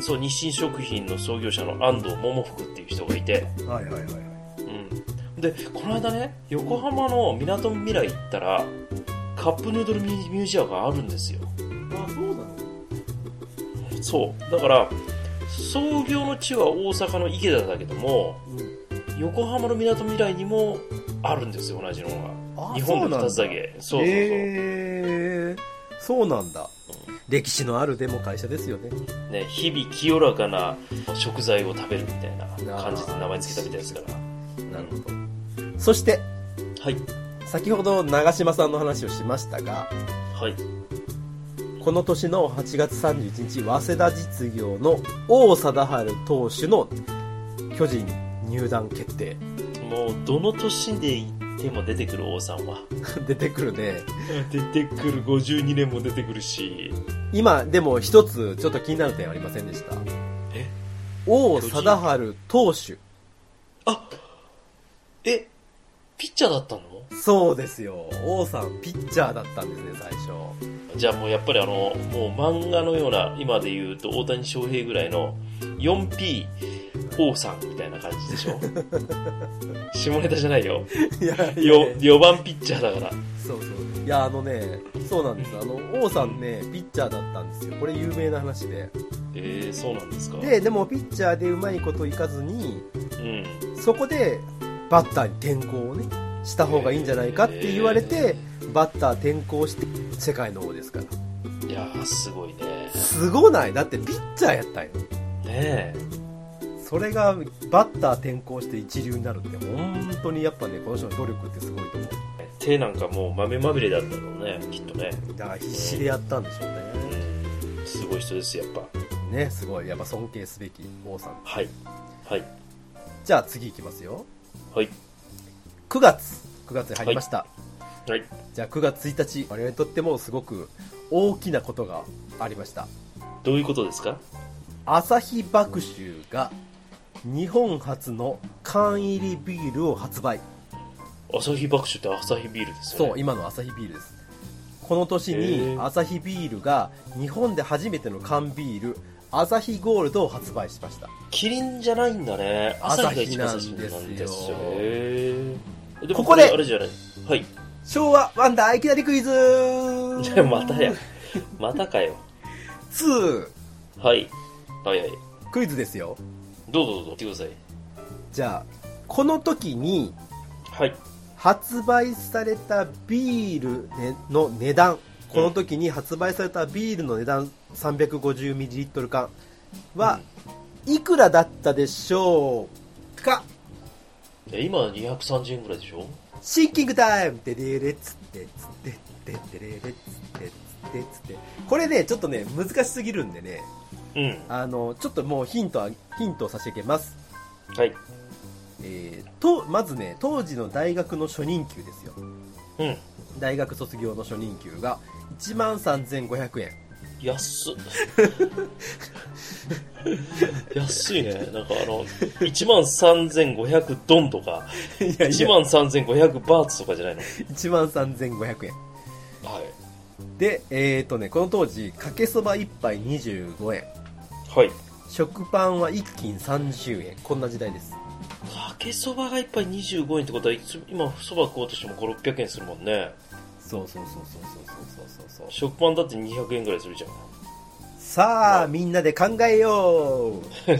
[SPEAKER 2] そう、日清食品の創業者の安藤桃福っていう人がいて、
[SPEAKER 3] はいはいはいはい
[SPEAKER 2] うん。で、この間ね、横浜のみなとみらい行ったら、カップヌードルミュミュージアムがあるんですよ。
[SPEAKER 3] あそうなの
[SPEAKER 2] そう。だから、創業の地は大阪の池田だけども、
[SPEAKER 3] うん
[SPEAKER 2] 横浜のみなとみらいにもあるんですよ、同じの
[SPEAKER 3] あ
[SPEAKER 2] が。日本で2つだ
[SPEAKER 3] へ
[SPEAKER 2] け。そうそうそう。
[SPEAKER 3] えそうなんだ歴史のあるでも会社ですよね
[SPEAKER 2] ね、日々清らかな食材を食べるみたいな感じで名前つけたみたいですから。
[SPEAKER 3] なるほど。そして、
[SPEAKER 2] はい。
[SPEAKER 3] 先ほど長島さんの話をしましたが、
[SPEAKER 2] はい。
[SPEAKER 3] この年の8月31日、早稲田実業の王貞治投手の巨人入団決定。
[SPEAKER 2] もう、どの年で行っても出てくる王さんは。
[SPEAKER 3] 出てくるね。
[SPEAKER 2] 出てくる、52年も出てくるし。
[SPEAKER 3] 今、でも一つちょっと気になる点ありませんでした。
[SPEAKER 2] え
[SPEAKER 3] 王貞治投手。
[SPEAKER 2] あえピッチャーだったの
[SPEAKER 3] そうですよ。王さん、ピッチャーだったんですね、最初。
[SPEAKER 2] じゃあもうやっぱりあの、もう漫画のような、今で言うと大谷翔平ぐらいの 4P 王さんみたいな感じで しょ下ネタじゃないよ。
[SPEAKER 3] いや い
[SPEAKER 2] よ4番ピッチャーだから。
[SPEAKER 3] そうそういやあのねそうなんですあの王さんねピッチャーだったんですよこれ有名な話で
[SPEAKER 2] えー、そうなんですか
[SPEAKER 3] ででもピッチャーでうまいこといかずに
[SPEAKER 2] うん。
[SPEAKER 3] そこでバッターに転向をねした方がいいんじゃないかって言われて、バッター転向して世界の王ですから
[SPEAKER 2] いやー、すごいね。
[SPEAKER 3] すごないだってピッチャーやったんよ
[SPEAKER 2] ねえ。
[SPEAKER 3] それがバッター転向して一流になるって本当にやっぱねこの人の努力ってすごいと思
[SPEAKER 2] 手なんかもう豆まみれだったのね、きっとね。
[SPEAKER 3] うだから必死でやったんでしょう
[SPEAKER 2] うん。すごい人です、やっぱ。
[SPEAKER 3] ねねすごいやっぱ尊敬すべき王さん
[SPEAKER 2] はい。はい。
[SPEAKER 3] じゃあ次いきますよ
[SPEAKER 2] はい。
[SPEAKER 3] 9月9月に入りました、
[SPEAKER 2] はい。
[SPEAKER 3] じゃあ9月1日我々にとってもすごく大きなことがありました
[SPEAKER 2] どういうことですか
[SPEAKER 3] 朝日麦酒が日本初の缶入りビールを発売
[SPEAKER 2] 朝日爆酒って朝日ビールですよね。
[SPEAKER 3] そう今の朝日ビールですこの年
[SPEAKER 2] へ
[SPEAKER 3] に
[SPEAKER 2] ー
[SPEAKER 3] 朝日ビールが日本で初めての缶ビール朝日ゴールドを発売しました
[SPEAKER 2] キリンじゃないんだね。
[SPEAKER 3] 朝
[SPEAKER 2] 朝
[SPEAKER 3] 日
[SPEAKER 2] 日
[SPEAKER 3] な
[SPEAKER 2] が
[SPEAKER 3] ん
[SPEAKER 2] 一番
[SPEAKER 3] です
[SPEAKER 2] 最
[SPEAKER 3] よ
[SPEAKER 2] 初なんですよ。へーでも
[SPEAKER 3] ここで
[SPEAKER 2] あれじゃない。はい。
[SPEAKER 3] 昭和ワンダーいきなりクイズ
[SPEAKER 2] じゃあまた や。またかよ。
[SPEAKER 3] 2
[SPEAKER 2] はい。はいはい。
[SPEAKER 3] クイズですよ
[SPEAKER 2] どうぞどうぞ。言ってください。
[SPEAKER 3] じゃあこの時に
[SPEAKER 2] はい。
[SPEAKER 3] 発売されたビールねの値段、この時に発売されたビールの値段 350ml 缶はいくらだったでしょうか
[SPEAKER 2] え今230円ぐらいでしょ
[SPEAKER 3] シンキングタイムてれれつってつってってってれれつってつってつってこれねちょっとね難しすぎるんでね
[SPEAKER 2] うん
[SPEAKER 3] あのちょっともうヒントはヒントを差し上げます
[SPEAKER 2] はい
[SPEAKER 3] えーとまずね当時の大学の初任給ですよ
[SPEAKER 2] うん
[SPEAKER 3] 大学卒業の初任給が1万3500円
[SPEAKER 2] 安っ安いねなんかあの1万3500ドンとか
[SPEAKER 3] いや
[SPEAKER 2] 1万3500バーツとかじゃないの
[SPEAKER 3] 1万3500円
[SPEAKER 2] はい
[SPEAKER 3] でえっ、とねこの当時かけそば1杯25円
[SPEAKER 2] はい
[SPEAKER 3] 食パンは1斤30円こんな時代です
[SPEAKER 2] かけそばが一杯25円ってことは今そば食おうとしても5600円するもんね
[SPEAKER 3] そうそうそうそうそうそうそうそう
[SPEAKER 2] 食パンだって200円ぐらいするじゃん
[SPEAKER 3] さあみんなで考えよう
[SPEAKER 2] ちょっ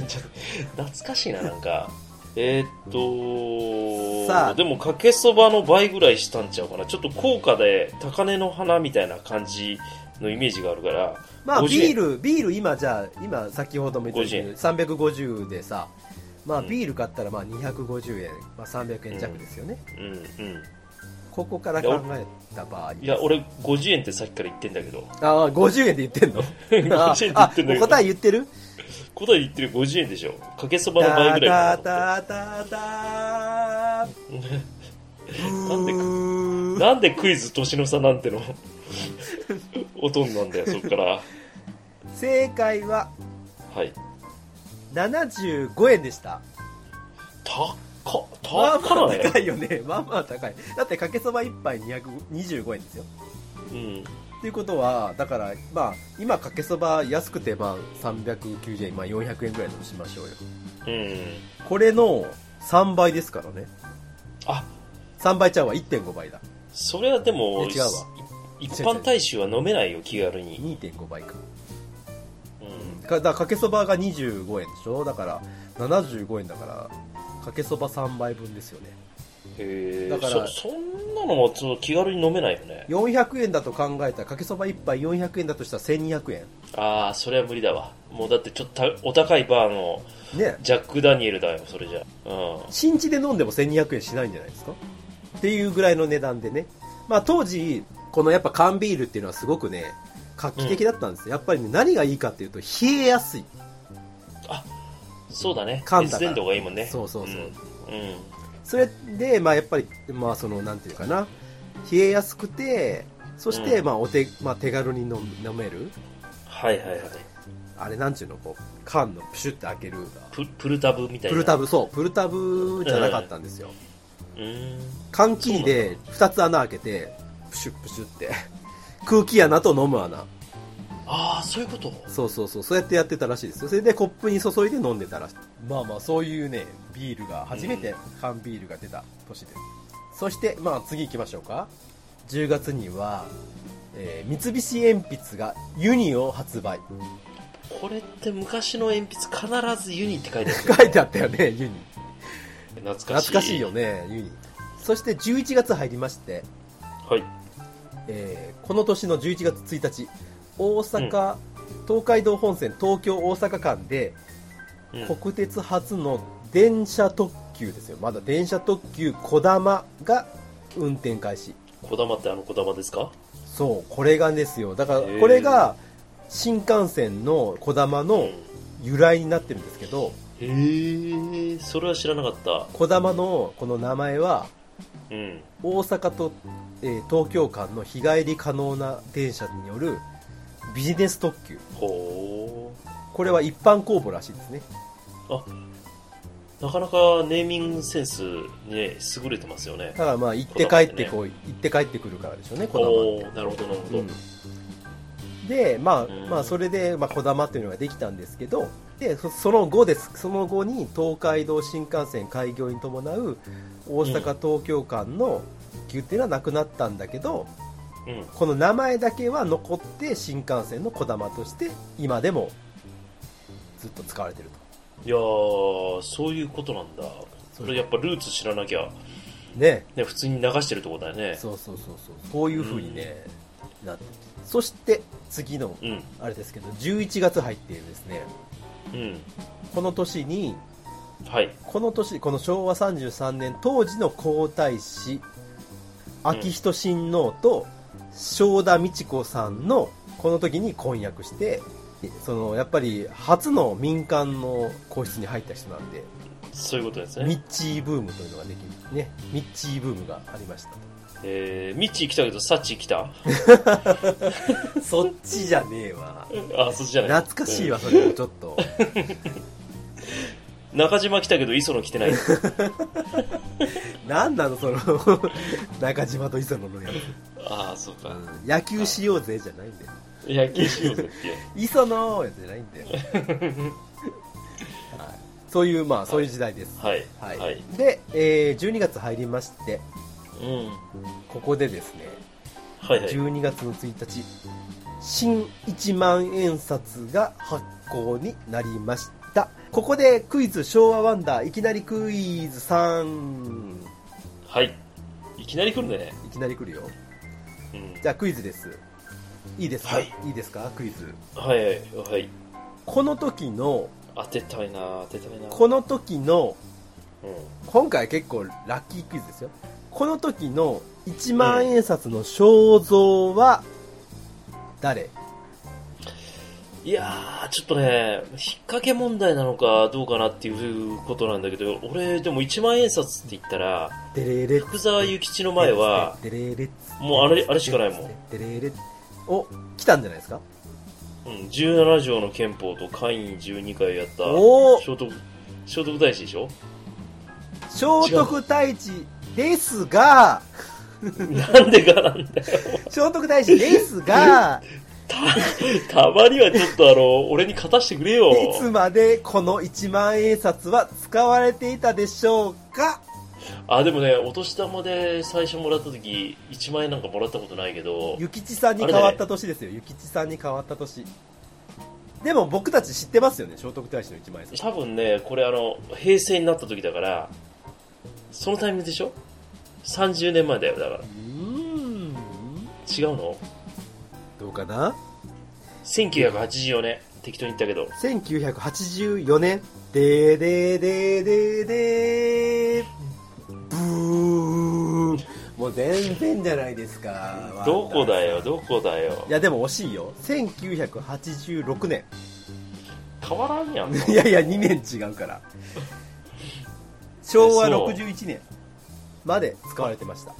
[SPEAKER 2] と懐かしいななんかえーっと
[SPEAKER 3] さあ
[SPEAKER 2] でもかけそばの倍ぐらいしたんちゃうかなちょっと高価で高値の花みたいな感じのイメージがあるから
[SPEAKER 3] まあ
[SPEAKER 2] 50
[SPEAKER 3] ビールビール今じゃあ今先ほども言ったよう
[SPEAKER 2] 50
[SPEAKER 3] に350でさまあ
[SPEAKER 2] うん
[SPEAKER 3] ビール買ったらまあ250円、まあ、300円弱ですよね、
[SPEAKER 2] うんうん
[SPEAKER 3] ここから考えた場合
[SPEAKER 2] いや俺50円ってさっきから言ってんだけど
[SPEAKER 3] ああ50円で言っ てんのあ
[SPEAKER 2] 50円で言ってんだけど
[SPEAKER 3] あもう答え言ってる
[SPEAKER 2] 答え言ってる50円でしょかけそばの倍
[SPEAKER 3] タ
[SPEAKER 2] ぐらい
[SPEAKER 3] タ
[SPEAKER 2] かな
[SPEAKER 3] タタタ
[SPEAKER 2] と思って
[SPEAKER 3] な
[SPEAKER 2] でか なん
[SPEAKER 3] んで
[SPEAKER 2] でクイズ年の差なんての音になんだよそっから
[SPEAKER 3] 正解は
[SPEAKER 2] はい
[SPEAKER 3] 75円でした
[SPEAKER 2] 高っ
[SPEAKER 3] まあま
[SPEAKER 2] 高
[SPEAKER 3] あ
[SPEAKER 2] だね
[SPEAKER 3] 高いよね まあまあ高いだってかけそば1杯225円ですよ
[SPEAKER 2] うん
[SPEAKER 3] っていうことはだからまあ今かけそば安くてまあ390円、まあ、400円ぐらいとしましょうよ
[SPEAKER 2] うん
[SPEAKER 3] これの3倍ですからね
[SPEAKER 2] あ
[SPEAKER 3] 3倍ちゃうわ1.5倍だ
[SPEAKER 2] それはでも
[SPEAKER 3] いや違うわ
[SPEAKER 2] い一般大衆は飲めないよ気軽に、
[SPEAKER 3] 2.5倍か
[SPEAKER 2] うん、
[SPEAKER 3] かだからかけそばが25円でしょだから75円だからかけそば3杯分ですよね
[SPEAKER 2] へ
[SPEAKER 3] だ
[SPEAKER 2] え
[SPEAKER 3] か
[SPEAKER 2] そ
[SPEAKER 3] ら
[SPEAKER 2] そんなのはその気軽に飲めないよね
[SPEAKER 3] 400円だと考えたらかけそば1杯400円だとしたら1200円
[SPEAKER 2] ああそれは無理だわもうだってちょっとたお高いバーの
[SPEAKER 3] ね
[SPEAKER 2] ジャック・ダニエルだよそれじゃうん
[SPEAKER 3] 新地で飲んでも1200円しないんじゃないですかっていうぐらいの値段でね、まあ、当時このやっぱ缶ビールっていうのはすごくね画期的だったんですよ、やっぱりね何がいいかっていうと冷えやすい
[SPEAKER 2] そうだね
[SPEAKER 3] 缶だから
[SPEAKER 2] 熱伝導がいいもんね
[SPEAKER 3] そうそうそう、
[SPEAKER 2] うん、うん
[SPEAKER 3] それでまあやっぱりまあそのなんていうかな冷えやすくてそして
[SPEAKER 2] うん
[SPEAKER 3] まあお手、まあ、手軽に飲む飲める
[SPEAKER 2] はいはいはい
[SPEAKER 3] あれなんちゅうのこう缶のプシュって開ける
[SPEAKER 2] ププルタブみたい
[SPEAKER 3] プ
[SPEAKER 2] な
[SPEAKER 3] ルタブそうプルタブじゃなかったんですよ、
[SPEAKER 2] うーん
[SPEAKER 3] 缶切りで2つ穴開けてプシュップシュって 空気穴と飲む穴
[SPEAKER 2] ああそういうこと
[SPEAKER 3] そうそうそうそうやってやってたらしいですよそれでコップに注いで飲んでたらしいまあまあそういうねビールが初めて缶ビールが出た年です、そしてまあ次行きましょうか10月には、えー三菱鉛筆がユニを発売
[SPEAKER 2] これって昔の鉛筆必ずユニって書いて ある
[SPEAKER 3] 書いてあったよねユニ
[SPEAKER 2] 懐かしい
[SPEAKER 3] 懐かしいよねユニそして11月入りまして
[SPEAKER 2] はい
[SPEAKER 3] えーこの年の11月1日大阪、東海道本線東京大阪間で
[SPEAKER 2] うん
[SPEAKER 3] 国鉄初の電車特急ですよまだ電車特急こだまが運転開始
[SPEAKER 2] こだまってあのこだまですか
[SPEAKER 3] そうこれがですよだから
[SPEAKER 2] へー
[SPEAKER 3] これが新幹線のこだまの由来になってるんですけど
[SPEAKER 2] へえそれは知らなかった
[SPEAKER 3] こだまのこの名前は
[SPEAKER 2] うん
[SPEAKER 3] 大阪と、えー東京間の日帰り可能な電車によるビジネス特急
[SPEAKER 2] ほ
[SPEAKER 3] これは一般公募らしいですね
[SPEAKER 2] うなかなかネーミングセンスにね優れてますよね
[SPEAKER 3] ただまあ行って帰ってこい、行って帰ってくるからでしょうねこだ
[SPEAKER 2] お
[SPEAKER 3] ま
[SPEAKER 2] ーなるほどなるほど、
[SPEAKER 3] って、うん、でまあ、
[SPEAKER 2] うん
[SPEAKER 3] まあそれでまあこだまっていうのができたんですけどでそその後ですその後に東海道新幹線開業に伴う大阪東京間の急っていうのはなくなったんだけど
[SPEAKER 2] うん
[SPEAKER 3] この名前だけは残って新幹線のこだまとして今でもずっと使われてると
[SPEAKER 2] いやーそういうことなんだそれやっぱルーツ知らなきゃ
[SPEAKER 3] ね
[SPEAKER 2] ね、普通に流してるとこだよね。
[SPEAKER 3] そうそうそうそうこういう風にね、なってそして次の
[SPEAKER 2] うん、
[SPEAKER 3] あれですけど11月入ってですね
[SPEAKER 2] うん。
[SPEAKER 3] この年に
[SPEAKER 2] はい。
[SPEAKER 3] この年この昭和33年当時の皇太子昭仁親王と正田美智子さんのこの時に婚約してそのやっぱり初の民間の皇室に入った人なんで
[SPEAKER 2] そういうことです
[SPEAKER 3] ミ
[SPEAKER 2] ね。
[SPEAKER 3] ッチーブームというのができるねミッチーブームがありました
[SPEAKER 2] えー、ミッチー来たけど、サッチー来た。
[SPEAKER 3] と そっちじゃねえわ
[SPEAKER 2] あ、そっちじゃない。
[SPEAKER 3] 懐かしいわそれもちょっと
[SPEAKER 2] うん。中島来たけど、磯野来て ない。
[SPEAKER 3] 何なのその中島と磯野のや
[SPEAKER 2] ああ、そうか。
[SPEAKER 3] つ野球しようぜじゃないんだよ
[SPEAKER 2] 野球しようぜっていう。
[SPEAKER 3] 磯野じゃないん だよ、はい、そういうまあそういう時代です、
[SPEAKER 2] はい。
[SPEAKER 3] はい
[SPEAKER 2] はい。
[SPEAKER 3] で、えー12月入りまして
[SPEAKER 2] うん。
[SPEAKER 3] ここでですね
[SPEAKER 2] はいはい。
[SPEAKER 3] 12月の1日新1万円札が発行になりましたここでクイズ昭和ワンダーいきなりクイズ3
[SPEAKER 2] はい。いきなり来るね。
[SPEAKER 3] いきなり来るよ
[SPEAKER 2] うん。
[SPEAKER 3] じゃあクイズですいいですか、、
[SPEAKER 2] はい
[SPEAKER 3] いですかクイズ
[SPEAKER 2] はいはい。はい。
[SPEAKER 3] この時の
[SPEAKER 2] 当てたいな当てたいな
[SPEAKER 3] この時の
[SPEAKER 2] う
[SPEAKER 3] 今回結構ラッキークイズですよこの時の1万円札の肖像は誰、
[SPEAKER 2] ん、いやー、ちょっとね、引っ掛け問題なのかどうかなっていうことなんだけど、俺、でも1万円札って言ったら、
[SPEAKER 3] デレレ
[SPEAKER 2] 福沢諭吉の前は、
[SPEAKER 3] デレレ
[SPEAKER 2] もうあれあれしかないもん
[SPEAKER 3] デレレお来たんじゃないですか
[SPEAKER 2] うん、17条の憲法と会員12回やった、
[SPEAKER 3] おー
[SPEAKER 2] 聖徳、聖徳太子でしょ
[SPEAKER 3] 聖徳太子ですが
[SPEAKER 2] なんでかなんだよ。
[SPEAKER 3] 聖徳太子ですが
[SPEAKER 2] た、たまにはちょっとあの、俺に勝たしてくれよ。
[SPEAKER 3] いつまでこの1万円札は使われていたでしょうか
[SPEAKER 2] あ、でもね、お年玉で最初もらった時、1万円なんかもらったことないけど、
[SPEAKER 3] 諭吉さんに変わった年ですよ諭吉さんに変わった年でも僕たち知ってますよね聖徳太子の1万円札
[SPEAKER 2] 多分ね、これあの、平成になった時だから、そのタイミングでしょ ?30 年前だよ、だから
[SPEAKER 3] う。ーん
[SPEAKER 2] 違うの
[SPEAKER 3] どうかな
[SPEAKER 2] ?1984 年。適当に言ったけど。
[SPEAKER 3] 1984年でーでーでーでーでーブーンもう全然じゃないですか
[SPEAKER 2] どこだよ、
[SPEAKER 3] ワンダーさん
[SPEAKER 2] どこだよ
[SPEAKER 3] い。やでも惜しいよ1986年
[SPEAKER 2] 変わらんやん。
[SPEAKER 3] いやいや2年違うから昭和
[SPEAKER 2] そう
[SPEAKER 3] 61年まで使われてました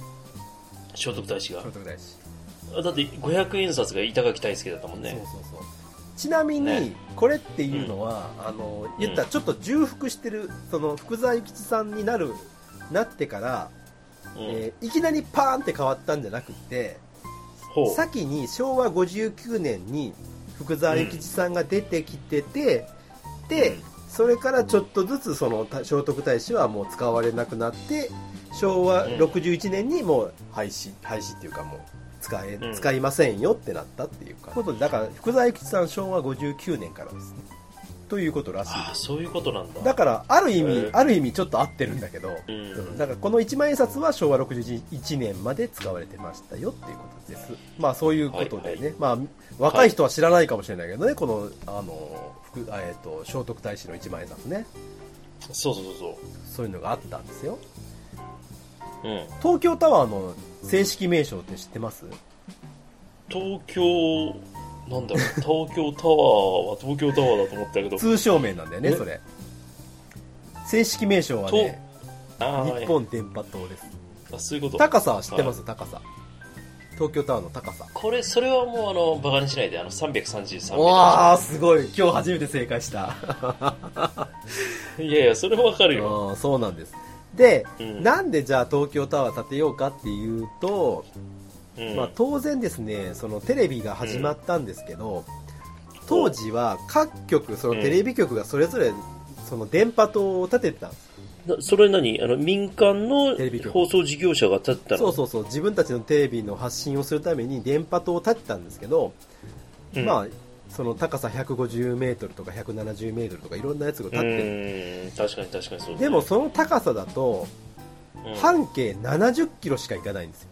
[SPEAKER 2] 聖徳太子
[SPEAKER 3] 聖徳太子
[SPEAKER 2] が。だって、500円札が板垣大輔だったもんね。
[SPEAKER 3] そうそうそうちなみに、
[SPEAKER 2] ね
[SPEAKER 3] これっていうのは、あの言ったらちょっと重複してるその福沢諭吉さんになるなってから、
[SPEAKER 2] うん
[SPEAKER 3] えーいきなりパーンって変わったんじゃなくて
[SPEAKER 2] ほう。
[SPEAKER 3] 先に昭和59年に福沢諭吉さんが出てきてて、でそれからちょっとずつそのた聖徳太子はもう使われなくなって昭和
[SPEAKER 2] うん
[SPEAKER 3] 61年にもう廃止廃止っていうかもう使え、
[SPEAKER 2] うん
[SPEAKER 3] 使いませんよってなったっていうかことでだから福沢諭吉さん昭和59年からですねということらしい
[SPEAKER 2] ああ、そういうことなんだ。
[SPEAKER 3] だからある意味、
[SPEAKER 2] えー
[SPEAKER 3] ある意味ちょっと合ってるんだけど、
[SPEAKER 2] うん
[SPEAKER 3] だからこの一万円札は昭和61年まで使われてましたよっていうことですまあそういうことでね、まあ、若い人は知らないかもしれないけどね、このあの福あえー、と聖徳太子の一万円札ね
[SPEAKER 2] そうそうそうそ
[SPEAKER 3] そういうのがあったんですよ
[SPEAKER 2] う。うん。
[SPEAKER 3] 東京タワーの正式名称って知ってます
[SPEAKER 2] 東京、なん だろう、東京タワーは東京タワーだと思ったけど、
[SPEAKER 3] 通称名なんだよね
[SPEAKER 2] え
[SPEAKER 3] それ正式名称はね
[SPEAKER 2] ああ、
[SPEAKER 3] 日本電波塔です
[SPEAKER 2] あそういうこと。
[SPEAKER 3] 高さは知ってます、高さ東京タワーの高さ
[SPEAKER 2] これ、それはもう、あの、バカにしないで、あの、333
[SPEAKER 3] う
[SPEAKER 2] メ
[SPEAKER 3] わーすごい今日初めて正 解した
[SPEAKER 2] ートル。いやいや、それはわかるよ。
[SPEAKER 3] うんそうなんですで、
[SPEAKER 2] うん
[SPEAKER 3] なんでじゃあ東京タワー建てようかっていうと、
[SPEAKER 2] うん。
[SPEAKER 3] まあ、当然ですねそのテレビが始まったんですけど、当時は各局そのテレビ局がそれぞれその電波塔を建ててたんです、
[SPEAKER 2] なそれ何あの、民間の
[SPEAKER 3] テレビ局
[SPEAKER 2] 放送事業者が立ったの
[SPEAKER 3] そうそうそう自分たちのテレビの発信をするために電波塔を建てたんですけど、
[SPEAKER 2] うん
[SPEAKER 3] まあその高さ150メートルとか170メートルとかいろんなやつが建って
[SPEAKER 2] うーん、確かに確かにそうだね
[SPEAKER 3] でもその高さだと
[SPEAKER 2] うん
[SPEAKER 3] 半径70キロしか行かないんですよ。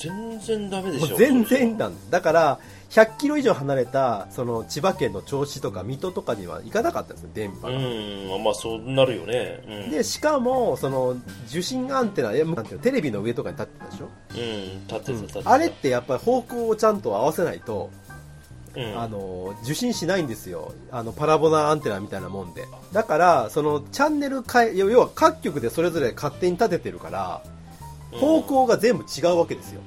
[SPEAKER 2] 全然ダメで
[SPEAKER 3] も
[SPEAKER 2] しょ
[SPEAKER 3] う全然なんですだから、100キロ以上離れた、その千葉県の銚子とか水戸とかには行かなかったんですよ、電波
[SPEAKER 2] う
[SPEAKER 3] が。
[SPEAKER 2] んまあそうなるよねうん
[SPEAKER 3] で、しかも、その、受信アンテナ、いやなんていうのテレビの上とかに立ってたでしょ、
[SPEAKER 2] うん立ってた立ってた
[SPEAKER 3] あれってやっぱり方向をちゃんと合わせないと、
[SPEAKER 2] うん
[SPEAKER 3] あの、受信しないんですよ。あの、パラボラアンテナみたいなもんで。だから、その、チャンネル変え、要要は各局でそれぞれ勝手に立ててるから、
[SPEAKER 2] うん
[SPEAKER 3] 方向が全部違うわけですよ。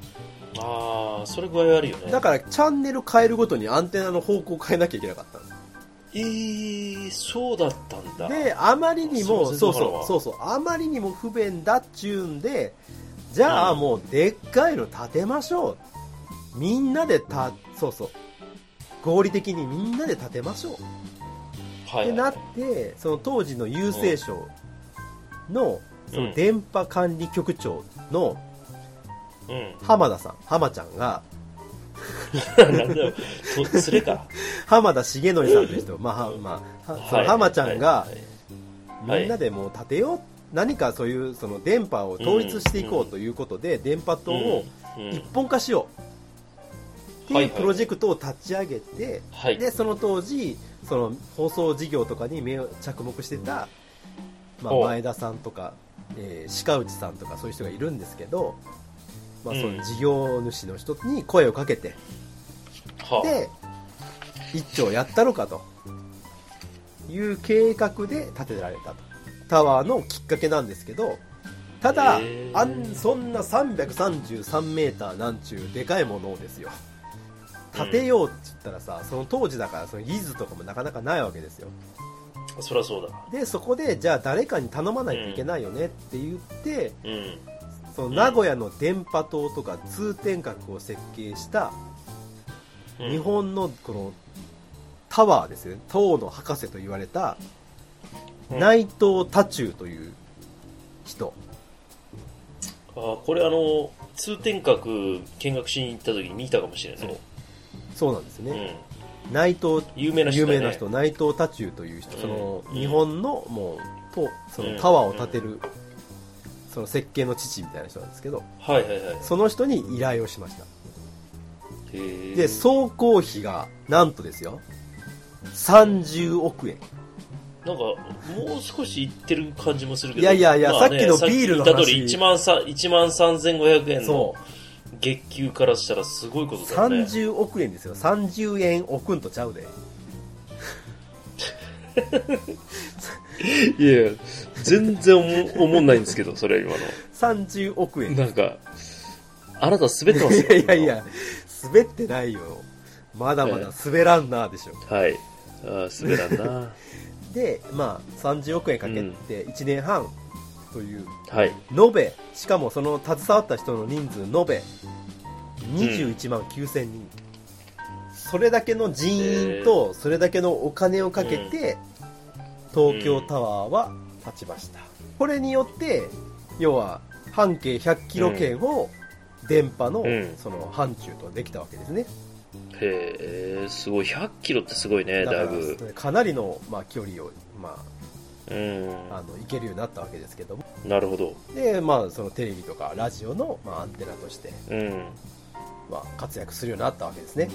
[SPEAKER 2] ああそれ具合悪いよね
[SPEAKER 3] だから、チャンネル変えるごとにアンテナの方向を変えなきゃいけなかったんです。
[SPEAKER 2] えー、そうだったんだ
[SPEAKER 3] で、あまりにも、
[SPEAKER 2] そう
[SPEAKER 3] そ
[SPEAKER 2] 全
[SPEAKER 3] う
[SPEAKER 2] 然わからん
[SPEAKER 3] そう、
[SPEAKER 2] わ
[SPEAKER 3] そうそう、あまりにも不便だっちゅうんで、じゃあもう、でっかいの立てましょう。みんなでた、そうそう。合理的にみんなで立てましょ
[SPEAKER 2] は
[SPEAKER 3] う。っ
[SPEAKER 2] い
[SPEAKER 3] て
[SPEAKER 2] はい
[SPEAKER 3] な
[SPEAKER 2] は
[SPEAKER 3] っ
[SPEAKER 2] い
[SPEAKER 3] て、その当時の郵政省の
[SPEAKER 2] ん
[SPEAKER 3] その電波管理局長の
[SPEAKER 2] うん
[SPEAKER 3] 浜田さん、浜ちゃんが、
[SPEAKER 2] なん だよとつれか
[SPEAKER 3] 浜田重則さんという人、まあ、はまあ、 はその浜ちゃんが
[SPEAKER 2] はい、はい
[SPEAKER 3] みんなでもう立てよう、何かそういうその電波を統一していこうということで、電波塔を
[SPEAKER 2] うんうん
[SPEAKER 3] 一本化しようって
[SPEAKER 2] はいいうはい
[SPEAKER 3] プロジェクトを立ち上げて、
[SPEAKER 2] はい
[SPEAKER 3] でその当時その放送事業とかに目を着目してた、まあ、
[SPEAKER 2] お
[SPEAKER 3] 前田さんとか、えー鹿内さんとかそういう人がいるんですけど、まあ、
[SPEAKER 2] うん
[SPEAKER 3] その事業主の人に声をかけて、
[SPEAKER 2] はあ
[SPEAKER 3] で一丁やったろかという計画で建てられたとタワーのきっかけなんですけどた
[SPEAKER 2] へ
[SPEAKER 3] だ
[SPEAKER 2] ー
[SPEAKER 3] あんそんな 333m なんちゅうでかいものをですよ建てようって言ったらさ、その当時だからその技術とかもなかなかないわけですよ
[SPEAKER 2] そりゃそうだ
[SPEAKER 3] でそこでじゃあ誰かに頼まないといけないよねって言って、
[SPEAKER 2] うん
[SPEAKER 3] その名古屋の電波塔とか通天閣を設計した
[SPEAKER 2] うん
[SPEAKER 3] 日本のこのタワーですよね塔の博士と言われた
[SPEAKER 2] うん
[SPEAKER 3] 内藤多仲という人、
[SPEAKER 2] あーこれあの通天閣見学しに行った時に見たかもしれないね
[SPEAKER 3] そうなんです
[SPEAKER 2] う
[SPEAKER 3] ね、
[SPEAKER 2] ん
[SPEAKER 3] 内藤
[SPEAKER 2] 有名な人
[SPEAKER 3] 有
[SPEAKER 2] だよ
[SPEAKER 3] 名
[SPEAKER 2] ね
[SPEAKER 3] な人内藤多仲という人その
[SPEAKER 2] うん
[SPEAKER 3] 日本のもうとそのタワーを建てるその設計の父みたいな人なんですけど
[SPEAKER 2] はいはいはい
[SPEAKER 3] その人に依頼をしました
[SPEAKER 2] へー
[SPEAKER 3] で総工費がなんとですよ30億円
[SPEAKER 2] なんか、もう少しいってる感じもするけど。
[SPEAKER 3] いやいやいや
[SPEAKER 2] まあね
[SPEAKER 3] さっきのビールの
[SPEAKER 2] さ
[SPEAKER 3] 話
[SPEAKER 2] っき言った通り、1万3、1万3500円の
[SPEAKER 3] そう
[SPEAKER 2] 月給からしたらすごいことだよね。
[SPEAKER 3] 30億円ですよ30円億んとちゃうで
[SPEAKER 2] いやいや、全然思思んないんですけど、それは
[SPEAKER 3] 30億円
[SPEAKER 2] 今の。なんか、あなた滑ってますよ
[SPEAKER 3] い。やいやいや、滑ってないよ。まだまだ滑らんなでしょ。
[SPEAKER 2] 今。はい。あー滑らんな。
[SPEAKER 3] で、まあ、30億円かけて1年半という、
[SPEAKER 2] はい。
[SPEAKER 3] 延べ、しかもその携わった人の人数、延べ、21万9000人。それだけの人員と、それだけのお金をかけて、東京タワーは立ちました。これによって、要は、半径100キロ圏を、電波の
[SPEAKER 2] うん、
[SPEAKER 3] その、範疇とできたわけですね。
[SPEAKER 2] へえ、すごい。100キロってすごいね、
[SPEAKER 3] だか
[SPEAKER 2] だ
[SPEAKER 3] ら
[SPEAKER 2] いぶ。
[SPEAKER 3] かなりの、まあ、距離を、ま
[SPEAKER 2] うん。
[SPEAKER 3] あ、あの行けるようになったわけですけども
[SPEAKER 2] なるほど。
[SPEAKER 3] で、まあ、そのテレビとかラジオの、まあ、アンテナとして、
[SPEAKER 2] うん。
[SPEAKER 3] まあ、活躍するようになったわけですね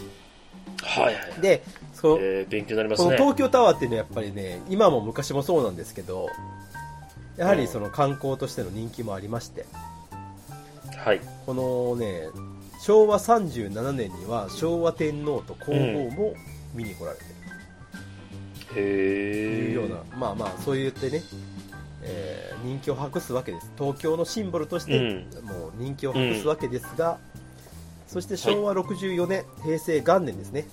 [SPEAKER 2] はいはい。
[SPEAKER 3] でその、
[SPEAKER 2] えー勉強になります
[SPEAKER 3] この
[SPEAKER 2] ね。
[SPEAKER 3] 東京タワーっていうのはやっぱりね今も昔もそうなんですけどやはりその観光としての人気もありまして
[SPEAKER 2] はい。
[SPEAKER 3] このね昭和37年には昭和天皇と皇后も見に来られてる
[SPEAKER 2] へ
[SPEAKER 3] とい
[SPEAKER 2] え。
[SPEAKER 3] うような、まあまあそう言ってね、えー人気を博すわけです東京のシンボルとしてもう人気を博すわけですが、そして昭和64年、平成元年ですね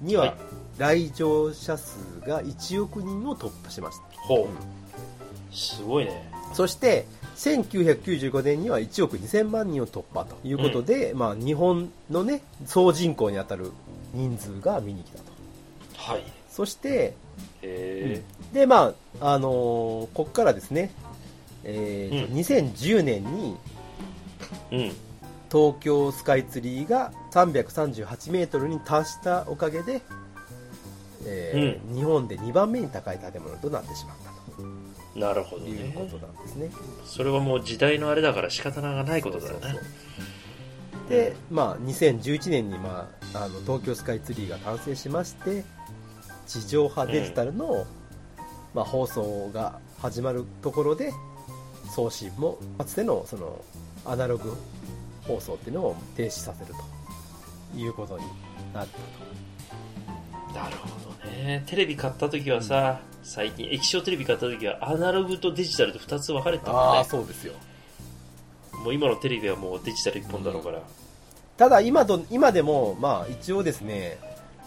[SPEAKER 3] に
[SPEAKER 2] はい
[SPEAKER 3] は来場者数が1億人を突破しました
[SPEAKER 2] ほう。すごいね。
[SPEAKER 3] そして1995年には1億2000万人を突破ということで、まあ、日本の、ね、総人口に当たる人数が見に来たと
[SPEAKER 2] はい。
[SPEAKER 3] そして
[SPEAKER 2] え
[SPEAKER 3] で、まあ、あのーこっからですね、えーと
[SPEAKER 2] うん
[SPEAKER 3] 2010年に
[SPEAKER 2] ー、うん。
[SPEAKER 3] 東京スカイツリーが338メートルに達したおかげで、えー日本で2番目に高い建物となってしまったと。
[SPEAKER 2] なるほど
[SPEAKER 3] という
[SPEAKER 2] ね
[SPEAKER 3] ことなんですね。
[SPEAKER 2] それはもう時代のあれだから仕方がないことだよ
[SPEAKER 3] そうそ
[SPEAKER 2] ね
[SPEAKER 3] うそうで、まあ、2011年に、まあ、あの東京スカイツリーが完成しまして地上波デジタルの、まあ、放送が始まるところで送信もかつてのそのアナログ放送っていうのを停止させるということになった
[SPEAKER 2] なるほどねテレビ買った時はさ、最近液晶テレビ買った時はアナログとデジタルと2つ分かれてた
[SPEAKER 3] と
[SPEAKER 2] もんね
[SPEAKER 3] そうですよ
[SPEAKER 2] もう今のテレビはもうデジタル一本だろうから、
[SPEAKER 3] ただ今と今でも、まあ、一応ですね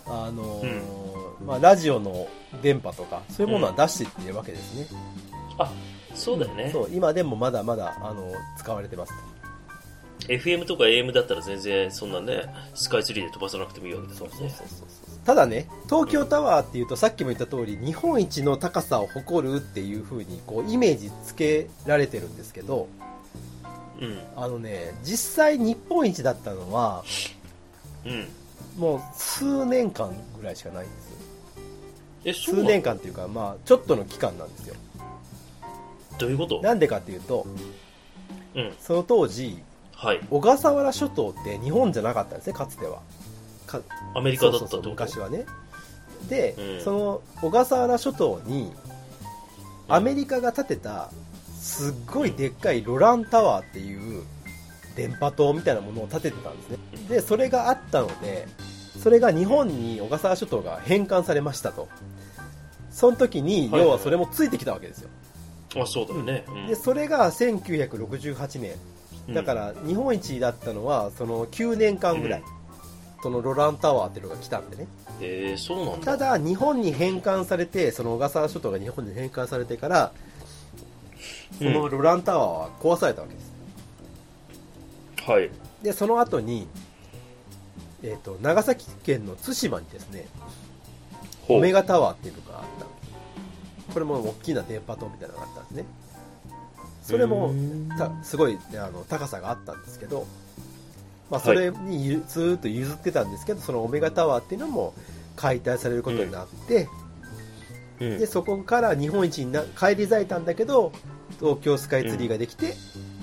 [SPEAKER 3] あのーまあ、ラジオの電波とかそういうものは出していっているわけですね、
[SPEAKER 2] そうだよね、
[SPEAKER 3] そう今でもまだまだあの使われてます
[SPEAKER 2] FM とか AM だったら全然そんなねスカイツリーで飛ばさなくてもいいわけだからね
[SPEAKER 3] ただね東京タワーっていうとさっきも言った通り日本一の高さを誇るっていう風にこうイメージつけられてるんですけど
[SPEAKER 2] う
[SPEAKER 3] あのね実際日本一だったのは
[SPEAKER 2] んうん
[SPEAKER 3] もう数年間ぐらいしかないんですよ
[SPEAKER 2] えそう
[SPEAKER 3] 数
[SPEAKER 2] なの
[SPEAKER 3] 年間っていうかまあちょっとの期間なんですよ
[SPEAKER 2] どういうこと
[SPEAKER 3] なんでかっていうと
[SPEAKER 2] うん
[SPEAKER 3] その当時
[SPEAKER 2] はい
[SPEAKER 3] 小笠原諸島って日本じゃなかったんですねかつてはか
[SPEAKER 2] アメリカだったって
[SPEAKER 3] そ
[SPEAKER 2] こ
[SPEAKER 3] うそうそう
[SPEAKER 2] と
[SPEAKER 3] 昔はねで、
[SPEAKER 2] うん
[SPEAKER 3] その小笠原諸島にアメリカが建てたすっごいでっかいロランタワーっていう電波塔みたいなものを建ててたんですねでそれがあったのでそれが日本に小笠原諸島が返還されましたとその時に
[SPEAKER 2] はい
[SPEAKER 3] 要はそれもついてきたわけですよ、
[SPEAKER 2] あそうだよね、うん
[SPEAKER 3] でそれが1968年
[SPEAKER 2] うん
[SPEAKER 3] だから日本一だったのはその9年間ぐらい、
[SPEAKER 2] うん
[SPEAKER 3] そのロランタワーっていうのが来たんでね
[SPEAKER 2] えー、そうなん
[SPEAKER 3] た
[SPEAKER 2] だ
[SPEAKER 3] だ日本に返還されてその小笠原諸島が日本に返還されてからそのロランタワーは壊されたわけです、
[SPEAKER 2] はい
[SPEAKER 3] でその後にえっと長崎県の対馬にですね
[SPEAKER 2] ほ
[SPEAKER 3] オ
[SPEAKER 2] う
[SPEAKER 3] メガタワーっていうのがあったんですこれも大きな電波塔みたいなのがあったんですねそれもたすごいあの高さがあったんですけど、まあ、それにゆずーっと譲ってたんですけどそのオメガタワーっていうのも解体されることになって、
[SPEAKER 2] うん
[SPEAKER 3] でそこから日本一にな返り咲いたんだけど東京スカイツリーができて、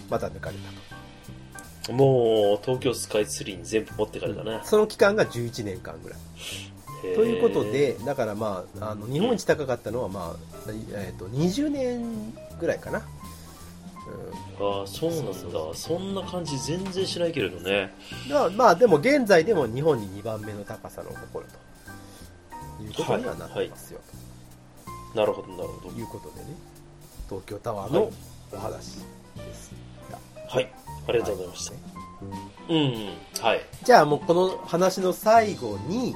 [SPEAKER 3] また抜かれ
[SPEAKER 2] もう東京スカイツリーに全部持ってかれたね
[SPEAKER 3] た、その期間が11年間ぐらい、
[SPEAKER 2] へー
[SPEAKER 3] ということでだからまああの日本一高かったのは、まあえー、と20年ぐらいかな、う
[SPEAKER 2] ああそうなんだ
[SPEAKER 3] そ
[SPEAKER 2] そう
[SPEAKER 3] そうん
[SPEAKER 2] な感じ全然しないけれどね
[SPEAKER 3] んまあ、まあでも現在でも日本に2番目の高さの誇るということにはなってますよ、
[SPEAKER 2] なるほどなるほど
[SPEAKER 3] ということでね東京タワーのお話です、
[SPEAKER 2] はいあ
[SPEAKER 3] あ
[SPEAKER 2] りがとうございました、うんうんはい
[SPEAKER 3] じゃあもうこの話の最後に、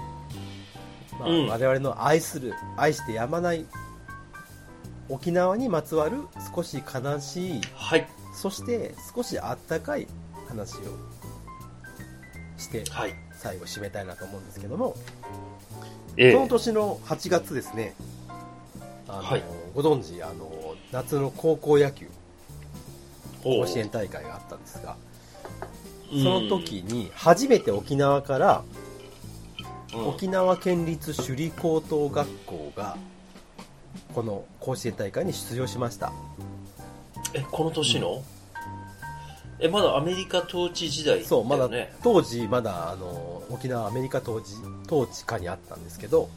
[SPEAKER 3] まあ
[SPEAKER 2] うん
[SPEAKER 3] 我々の愛する愛してやまない沖縄にまつわる少し悲しい
[SPEAKER 2] はい
[SPEAKER 3] そして少しあったかい話をして
[SPEAKER 2] はい
[SPEAKER 3] 最後締めたいなと思うんですけども、
[SPEAKER 2] え
[SPEAKER 3] その年の8月ですねあの、
[SPEAKER 2] はい
[SPEAKER 3] ご存知あの夏の高校野球
[SPEAKER 2] お
[SPEAKER 3] 甲
[SPEAKER 2] う
[SPEAKER 3] 子園大会があったんですが
[SPEAKER 2] うん
[SPEAKER 3] その時に初めて沖縄から
[SPEAKER 2] うん
[SPEAKER 3] 沖縄県立首里高等学校がこの甲子園大会に出場しました
[SPEAKER 2] えこの年の、えまだアメリカ統治時代だよね
[SPEAKER 3] そうまだ当時まだあの沖縄アメリカ統治統治下にあったんですけど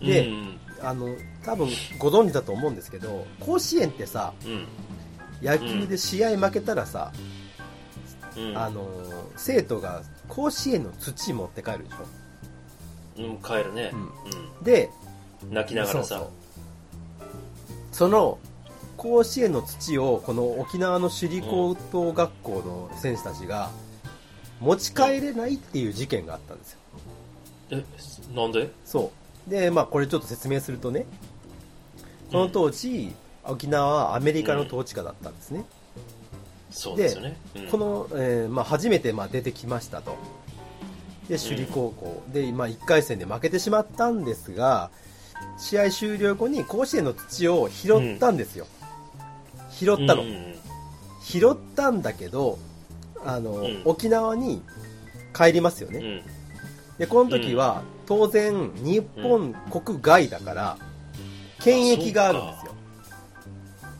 [SPEAKER 3] で
[SPEAKER 2] うん
[SPEAKER 3] あの多分ご存知だと思うんですけど甲子園ってさ
[SPEAKER 2] うん
[SPEAKER 3] 野球で試合負けたらさ、
[SPEAKER 2] うん
[SPEAKER 3] あの生徒が甲子園の土持って帰るでしょ
[SPEAKER 2] うん帰るね、
[SPEAKER 3] で
[SPEAKER 2] うん泣きながらさ
[SPEAKER 3] そうその甲子園の土をこの沖縄の首里高等学校の選手たちが持ち帰れないっていう事件があったんですよ
[SPEAKER 2] えなんで
[SPEAKER 3] そうでまあこれちょっと説明するとねこの当時、沖縄はアメリカの統治下だったんですね、
[SPEAKER 2] そうですよね、うん
[SPEAKER 3] この、えーまあ、初めてまあ出てきましたとで首里高校で、まあ、1回戦で負けてしまったんですが試合終了後に甲子園の土を拾ったんですよ、拾ったの、
[SPEAKER 2] うんうん
[SPEAKER 3] 拾ったんだけどあの、
[SPEAKER 2] ん
[SPEAKER 3] 沖縄に帰りますよ
[SPEAKER 2] うん
[SPEAKER 3] ね、でこの時は当然日本国外だから、権益があるんですよ、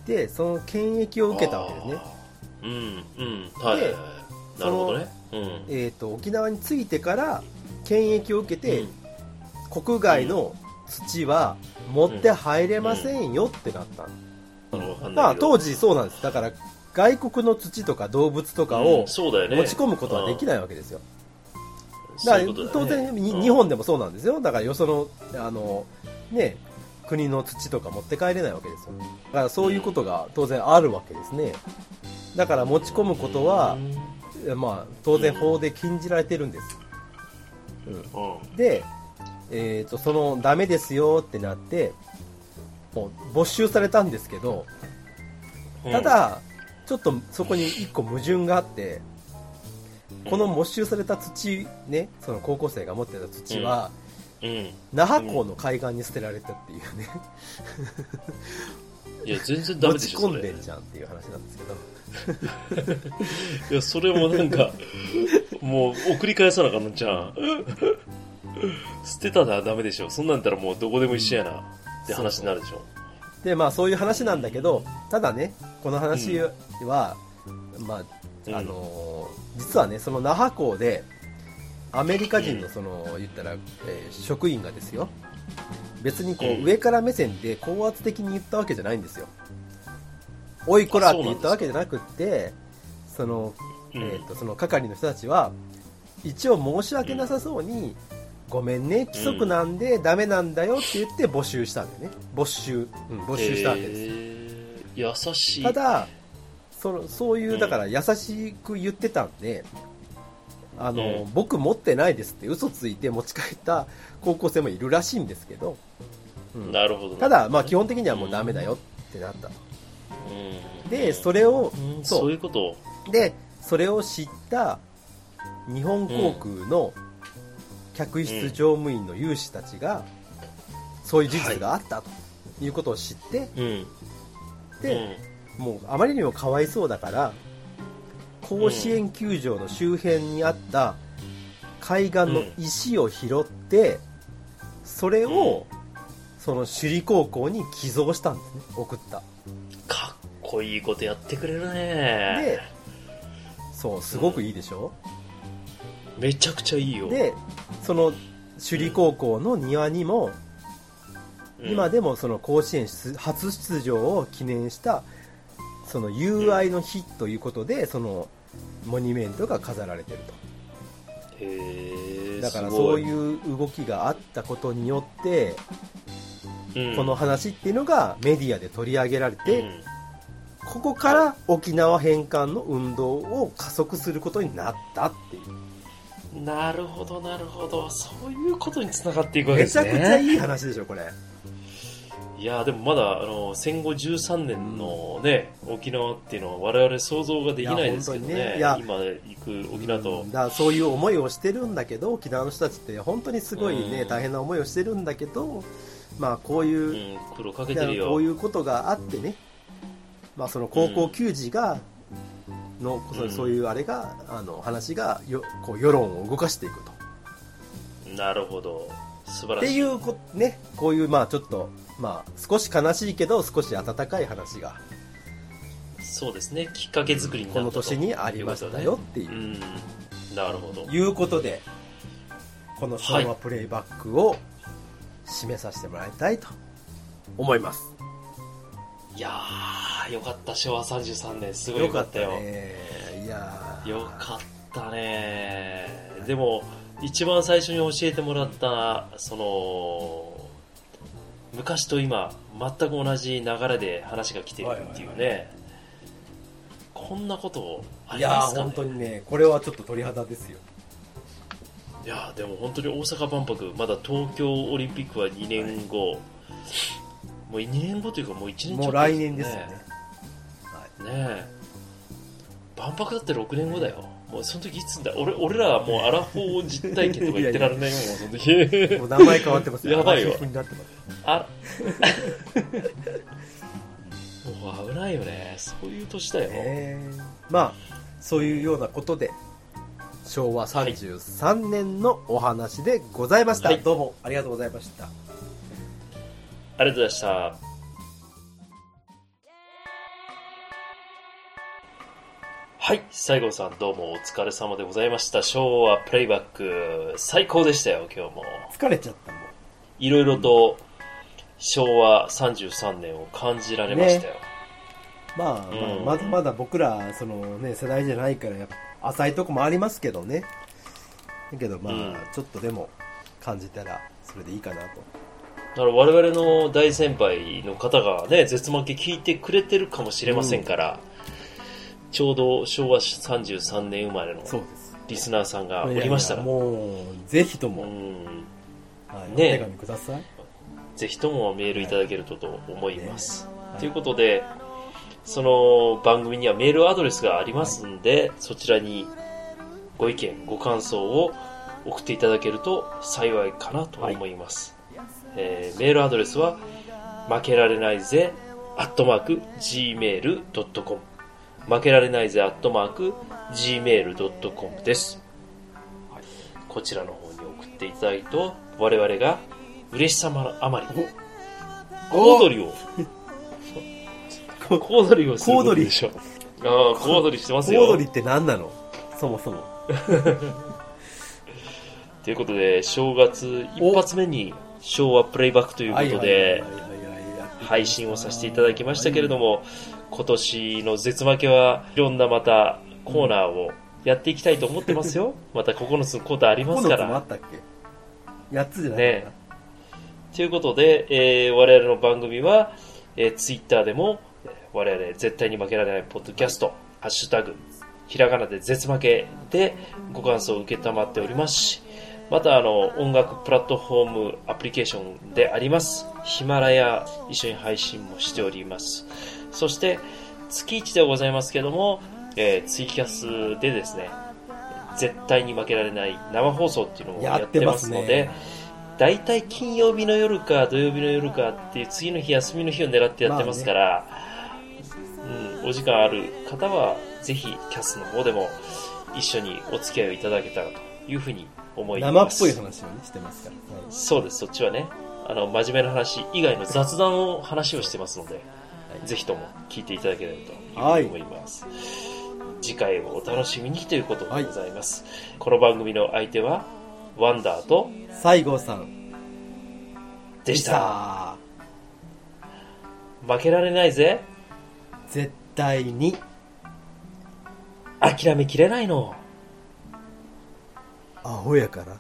[SPEAKER 3] でその権益を受けたわけですね
[SPEAKER 2] うんうんはいはい
[SPEAKER 3] で
[SPEAKER 2] はいなるほどねうん
[SPEAKER 3] えー、と沖縄に着いてから検疫を受けて、
[SPEAKER 2] うん
[SPEAKER 3] 国外の土は持って入れませんよってなったの、
[SPEAKER 2] あのわかん
[SPEAKER 3] ま
[SPEAKER 2] な
[SPEAKER 3] あ
[SPEAKER 2] いけど
[SPEAKER 3] 当時そうなんですだから外国の土とか動物とか
[SPEAKER 2] う
[SPEAKER 3] を
[SPEAKER 2] んそうだよね
[SPEAKER 3] 持ち込むことはできないわけですよ、だから当然、に日本でもそうなんですよだからよそのあのね国の土とか持って帰れないわけですよだからそういうことが当然あるわけですねだから持ち込むことは、まあ、当然法で禁じられてるんですで、えー、とそのダメですよってなってもう没収されたんですけどただ、ちょっとそこに一個矛盾があってこの没収された土ねその高校生が持ってた土は、
[SPEAKER 2] うんうん
[SPEAKER 3] 那覇港の海岸に捨てられたっていうね、
[SPEAKER 2] いや全然ダメ
[SPEAKER 3] 持
[SPEAKER 2] で
[SPEAKER 3] ち
[SPEAKER 2] しょそ
[SPEAKER 3] 込ん
[SPEAKER 2] れ
[SPEAKER 3] でんじゃんっていう話なんですけど
[SPEAKER 2] いやそれもなんか もう送り返さなあかんのじゃん 捨てたらダメでしょそんなんやったらもうどこでも一緒やなって話になるでしょ
[SPEAKER 3] でまあそういう話なんだけどただねこの話は、まああのー実はねその那覇港でアメリカ人のその、言ったら、えー職員がですよ別にこう、
[SPEAKER 2] うん
[SPEAKER 3] 上から目線で高圧的に言ったわけじゃないんですよおいこらって言ったわけじゃなくってその、
[SPEAKER 2] うん
[SPEAKER 3] えー、とその係の人たちは一応申し訳なさそうに、ごめんね規則なんでダメなんだよって言って募集したんだよね募集、うん、募集したわけです、
[SPEAKER 2] えー優しい
[SPEAKER 3] ただそのそういううんだから優しく言ってたんで、あの
[SPEAKER 2] うん
[SPEAKER 3] 僕持ってないですって嘘ついて持ち帰った高校生もいるらしいんですけど、うん
[SPEAKER 2] なるほど
[SPEAKER 3] ただ、まあ、基本的にはもうダメだよってなった、
[SPEAKER 2] うん
[SPEAKER 3] でそれを
[SPEAKER 2] うん
[SPEAKER 3] そう
[SPEAKER 2] そういうこと
[SPEAKER 3] でそれを知った日本航空の客室乗務員の有志たちが、そういう事実があったということを知って、
[SPEAKER 2] うん
[SPEAKER 3] で、もうあまりにもかわいそうだから甲子園球場の周辺にあった海岸の石を拾ってそれをその首里高校に寄贈したんですね送った
[SPEAKER 2] かっこいいことやってくれるね
[SPEAKER 3] でそうすごくいいでしょ
[SPEAKER 2] めちゃくちゃいいよ、
[SPEAKER 3] でその首里高校の庭にも
[SPEAKER 2] うん
[SPEAKER 3] 今でもその甲子園出初出場を記念したその友愛の日ということでそのモニュメントが飾られてると
[SPEAKER 2] へー
[SPEAKER 3] だから
[SPEAKER 2] すご
[SPEAKER 3] そういう動きがあったことによって、
[SPEAKER 2] うん
[SPEAKER 3] この話っていうのがメディアで取り上げられて、
[SPEAKER 2] うん
[SPEAKER 3] ここから沖縄返還の運動を加速することになったっていう、
[SPEAKER 2] なるほどなるほどそういうことにつながっていくわけで
[SPEAKER 3] め
[SPEAKER 2] す
[SPEAKER 3] ち
[SPEAKER 2] ね
[SPEAKER 3] ゃくちゃいい話でしょこれ
[SPEAKER 2] いやーでもまだあの戦後13年のね、沖縄っていうのは我々想像ができないですけどね
[SPEAKER 3] いや本
[SPEAKER 2] 今行く沖縄と、
[SPEAKER 3] うんだからそういう思いをしてるんだけど沖縄の人たちって本当にすごいね、
[SPEAKER 2] うん
[SPEAKER 3] 大変な思いをしてるんだけどまあこういう、
[SPEAKER 2] うん、苦労かけてるよ
[SPEAKER 3] こういうことがあってね、まあ、その高校球児が、のそううんそういうあれが、あの話がよこう世論を動かしていくと。
[SPEAKER 2] なるほど素晴
[SPEAKER 3] っ
[SPEAKER 2] ら
[SPEAKER 3] て
[SPEAKER 2] しい
[SPEAKER 3] いうこ,、ね、こういうまあちょっと、まあ、少し悲しいけど少し温かい話が
[SPEAKER 2] そうですねきっかけ作りになった
[SPEAKER 3] ことの年にありましたよっていうう。
[SPEAKER 2] んなるほど
[SPEAKER 3] いうことでこの昭和プレイバックを締めさせてもらいたいと思います。
[SPEAKER 2] いやーよかった昭和33年すごいよかったよ
[SPEAKER 3] ね。いやー
[SPEAKER 2] よかったねでも一番最初に教えてもらったその昔と今全く同じ流れで話が来てるっていうね、こんなことあ
[SPEAKER 3] い
[SPEAKER 2] り
[SPEAKER 3] や
[SPEAKER 2] ます
[SPEAKER 3] ー
[SPEAKER 2] か
[SPEAKER 3] 本
[SPEAKER 2] ね
[SPEAKER 3] 当にねこれはちょっと鳥肌ですよ。
[SPEAKER 2] いやーでも本当に大阪万博まだ東京オリンピックは2年後、もう2年後というかもう1年
[SPEAKER 3] もう来年ですよね。
[SPEAKER 2] ねえ万博だって6年後だよもうその時いつだ俺俺らはもうアラフォー実体験とか言ってられないよもうその時
[SPEAKER 3] もう名前変わってます
[SPEAKER 2] やばいよ
[SPEAKER 3] アラフィフになってます
[SPEAKER 2] あ もう危ないよねそういう年だよ、
[SPEAKER 3] ね。まあ、そういうようなことで、昭和33年のお話でございました。
[SPEAKER 2] はい
[SPEAKER 3] どうもありがとうございました。
[SPEAKER 2] ありがとうございました
[SPEAKER 1] 「
[SPEAKER 2] はい、西郷さんどうもお疲れ様でございました。昭和プレイバック、最高でしたよ、今日も。
[SPEAKER 3] 疲れちゃったもん。
[SPEAKER 2] いろいろと昭和33年を感じられましたよ。
[SPEAKER 3] まあ、まあ
[SPEAKER 2] うん
[SPEAKER 3] まだまだ僕ら、そのね、世代じゃないから、やっぱ浅いとこもありますけどね。だけどまあ、
[SPEAKER 2] うん
[SPEAKER 3] ちょっとでも感じたら、それでいいかなと。
[SPEAKER 2] だから我々の大先輩の方がね、絶負け聞いてくれてるかもしれませんから、ちょうど昭和33年生まれの
[SPEAKER 3] そうです。
[SPEAKER 2] リスナーさんがおりましたら、
[SPEAKER 3] いやいやもう、ぜひとも、
[SPEAKER 2] うん
[SPEAKER 3] は
[SPEAKER 2] ね
[SPEAKER 3] い、お手紙ください。
[SPEAKER 2] ぜひともメールいただけるとと思います。ということで、その番組にはメールアドレスがありますんで、そちらにご意見、ご感想を送っていただけると幸いかなと思います。えーメールアドレスは、負けられないぜ、アットマーク、gmail.com。負けられないぜ、アットマーク、gmail.com です。こちらの方に送っていただいと、我々が嬉しさまのあまり、コウドリを、コウドリをすることでしょう。ああ、コウドリしてますよ。
[SPEAKER 3] コウドリって何なのそもそも。
[SPEAKER 2] ということで、正月一発目に昭和プレイバックということで、配信をさせていただきましたけれど
[SPEAKER 3] も。
[SPEAKER 2] も、今年の絶負けはいろんなまたコーナーをやっていきたいと思ってます よ。また9つのコーナーありま
[SPEAKER 3] 今
[SPEAKER 2] すか
[SPEAKER 3] 度もあ
[SPEAKER 2] ら。
[SPEAKER 3] ったっけ ?8 つじゃない
[SPEAKER 2] ねということで、えー我々の番組は、えー、Twitter でも、えー我々絶対に負けられないポッドキャスト、ハッシュタグ、ひらがなで絶負けでご感想を受けたまっておりますし、またあの、音楽プラットフォームアプリケーションであります、ヒマラヤ一緒に配信もしております。そして、月1ではございますけども、えーツイキャスでですね、絶対に負けられない生放送っていうのをや
[SPEAKER 3] や
[SPEAKER 2] っ
[SPEAKER 3] ってて
[SPEAKER 2] ま
[SPEAKER 3] ますす
[SPEAKER 2] の
[SPEAKER 3] ね
[SPEAKER 2] で、大体金曜日の夜か土曜日の夜かっていう次の日休みの日を狙ってやってますから、うん、お時間ある方はぜひキャスの方でも一緒にお付き合いをいただけたらというふうに思い
[SPEAKER 3] 生っ
[SPEAKER 2] ます
[SPEAKER 3] ぽい話をね、してますから。はい
[SPEAKER 2] そうですそっちはねあの真面目な話以外の雑談の話をしてますので、ぜひとも聞いていただければというふうに思います、次回をお楽しみにということでございます、この番組の相手はワンダーと
[SPEAKER 3] 西郷さん
[SPEAKER 2] でし
[SPEAKER 3] で
[SPEAKER 2] た負けられないぜ
[SPEAKER 3] した絶対に
[SPEAKER 2] 諦めきれないの
[SPEAKER 3] アホやから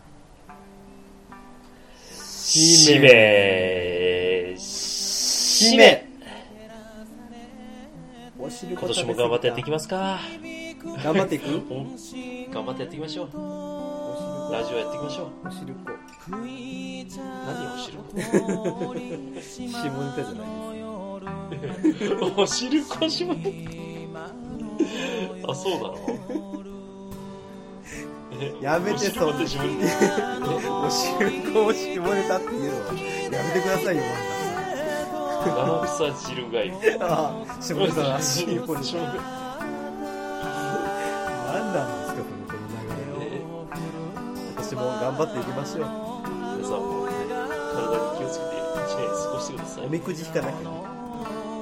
[SPEAKER 2] しめしめ
[SPEAKER 3] お汁
[SPEAKER 2] 今年も頑張ってやっていきますか
[SPEAKER 3] す頑張っていく
[SPEAKER 2] 頑張ってやっていきましょうラジオやっていきましょう
[SPEAKER 3] お汁粉
[SPEAKER 2] 何お汁
[SPEAKER 3] 下ネタじゃないで
[SPEAKER 2] 粉お汁粉しまあそうなの
[SPEAKER 3] すやめてそ
[SPEAKER 2] お汁粉
[SPEAKER 3] う
[SPEAKER 2] って自分で
[SPEAKER 3] お汁粉を下ネタっていうのはやめてくださいよ
[SPEAKER 2] 七草汁がい
[SPEAKER 3] ワンダさんああ下ネタだ下ネタ
[SPEAKER 2] 汁
[SPEAKER 3] 何なんですかこのこの流れ今年も頑張っていきましょう
[SPEAKER 2] 皆さんも体に気をつけて一年過ごしてください
[SPEAKER 3] おみくじ引かなきゃ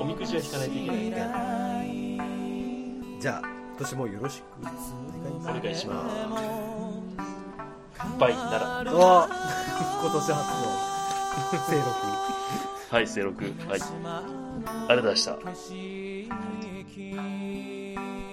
[SPEAKER 2] おみくじは引かないといけない
[SPEAKER 3] じゃあ今年もよろしくお
[SPEAKER 2] お
[SPEAKER 3] 願
[SPEAKER 2] 願い
[SPEAKER 3] いし
[SPEAKER 2] し
[SPEAKER 3] ま
[SPEAKER 2] ますバイなら
[SPEAKER 3] すお 今年初の清録
[SPEAKER 2] はい清六はいありがとうございました
[SPEAKER 5] 景色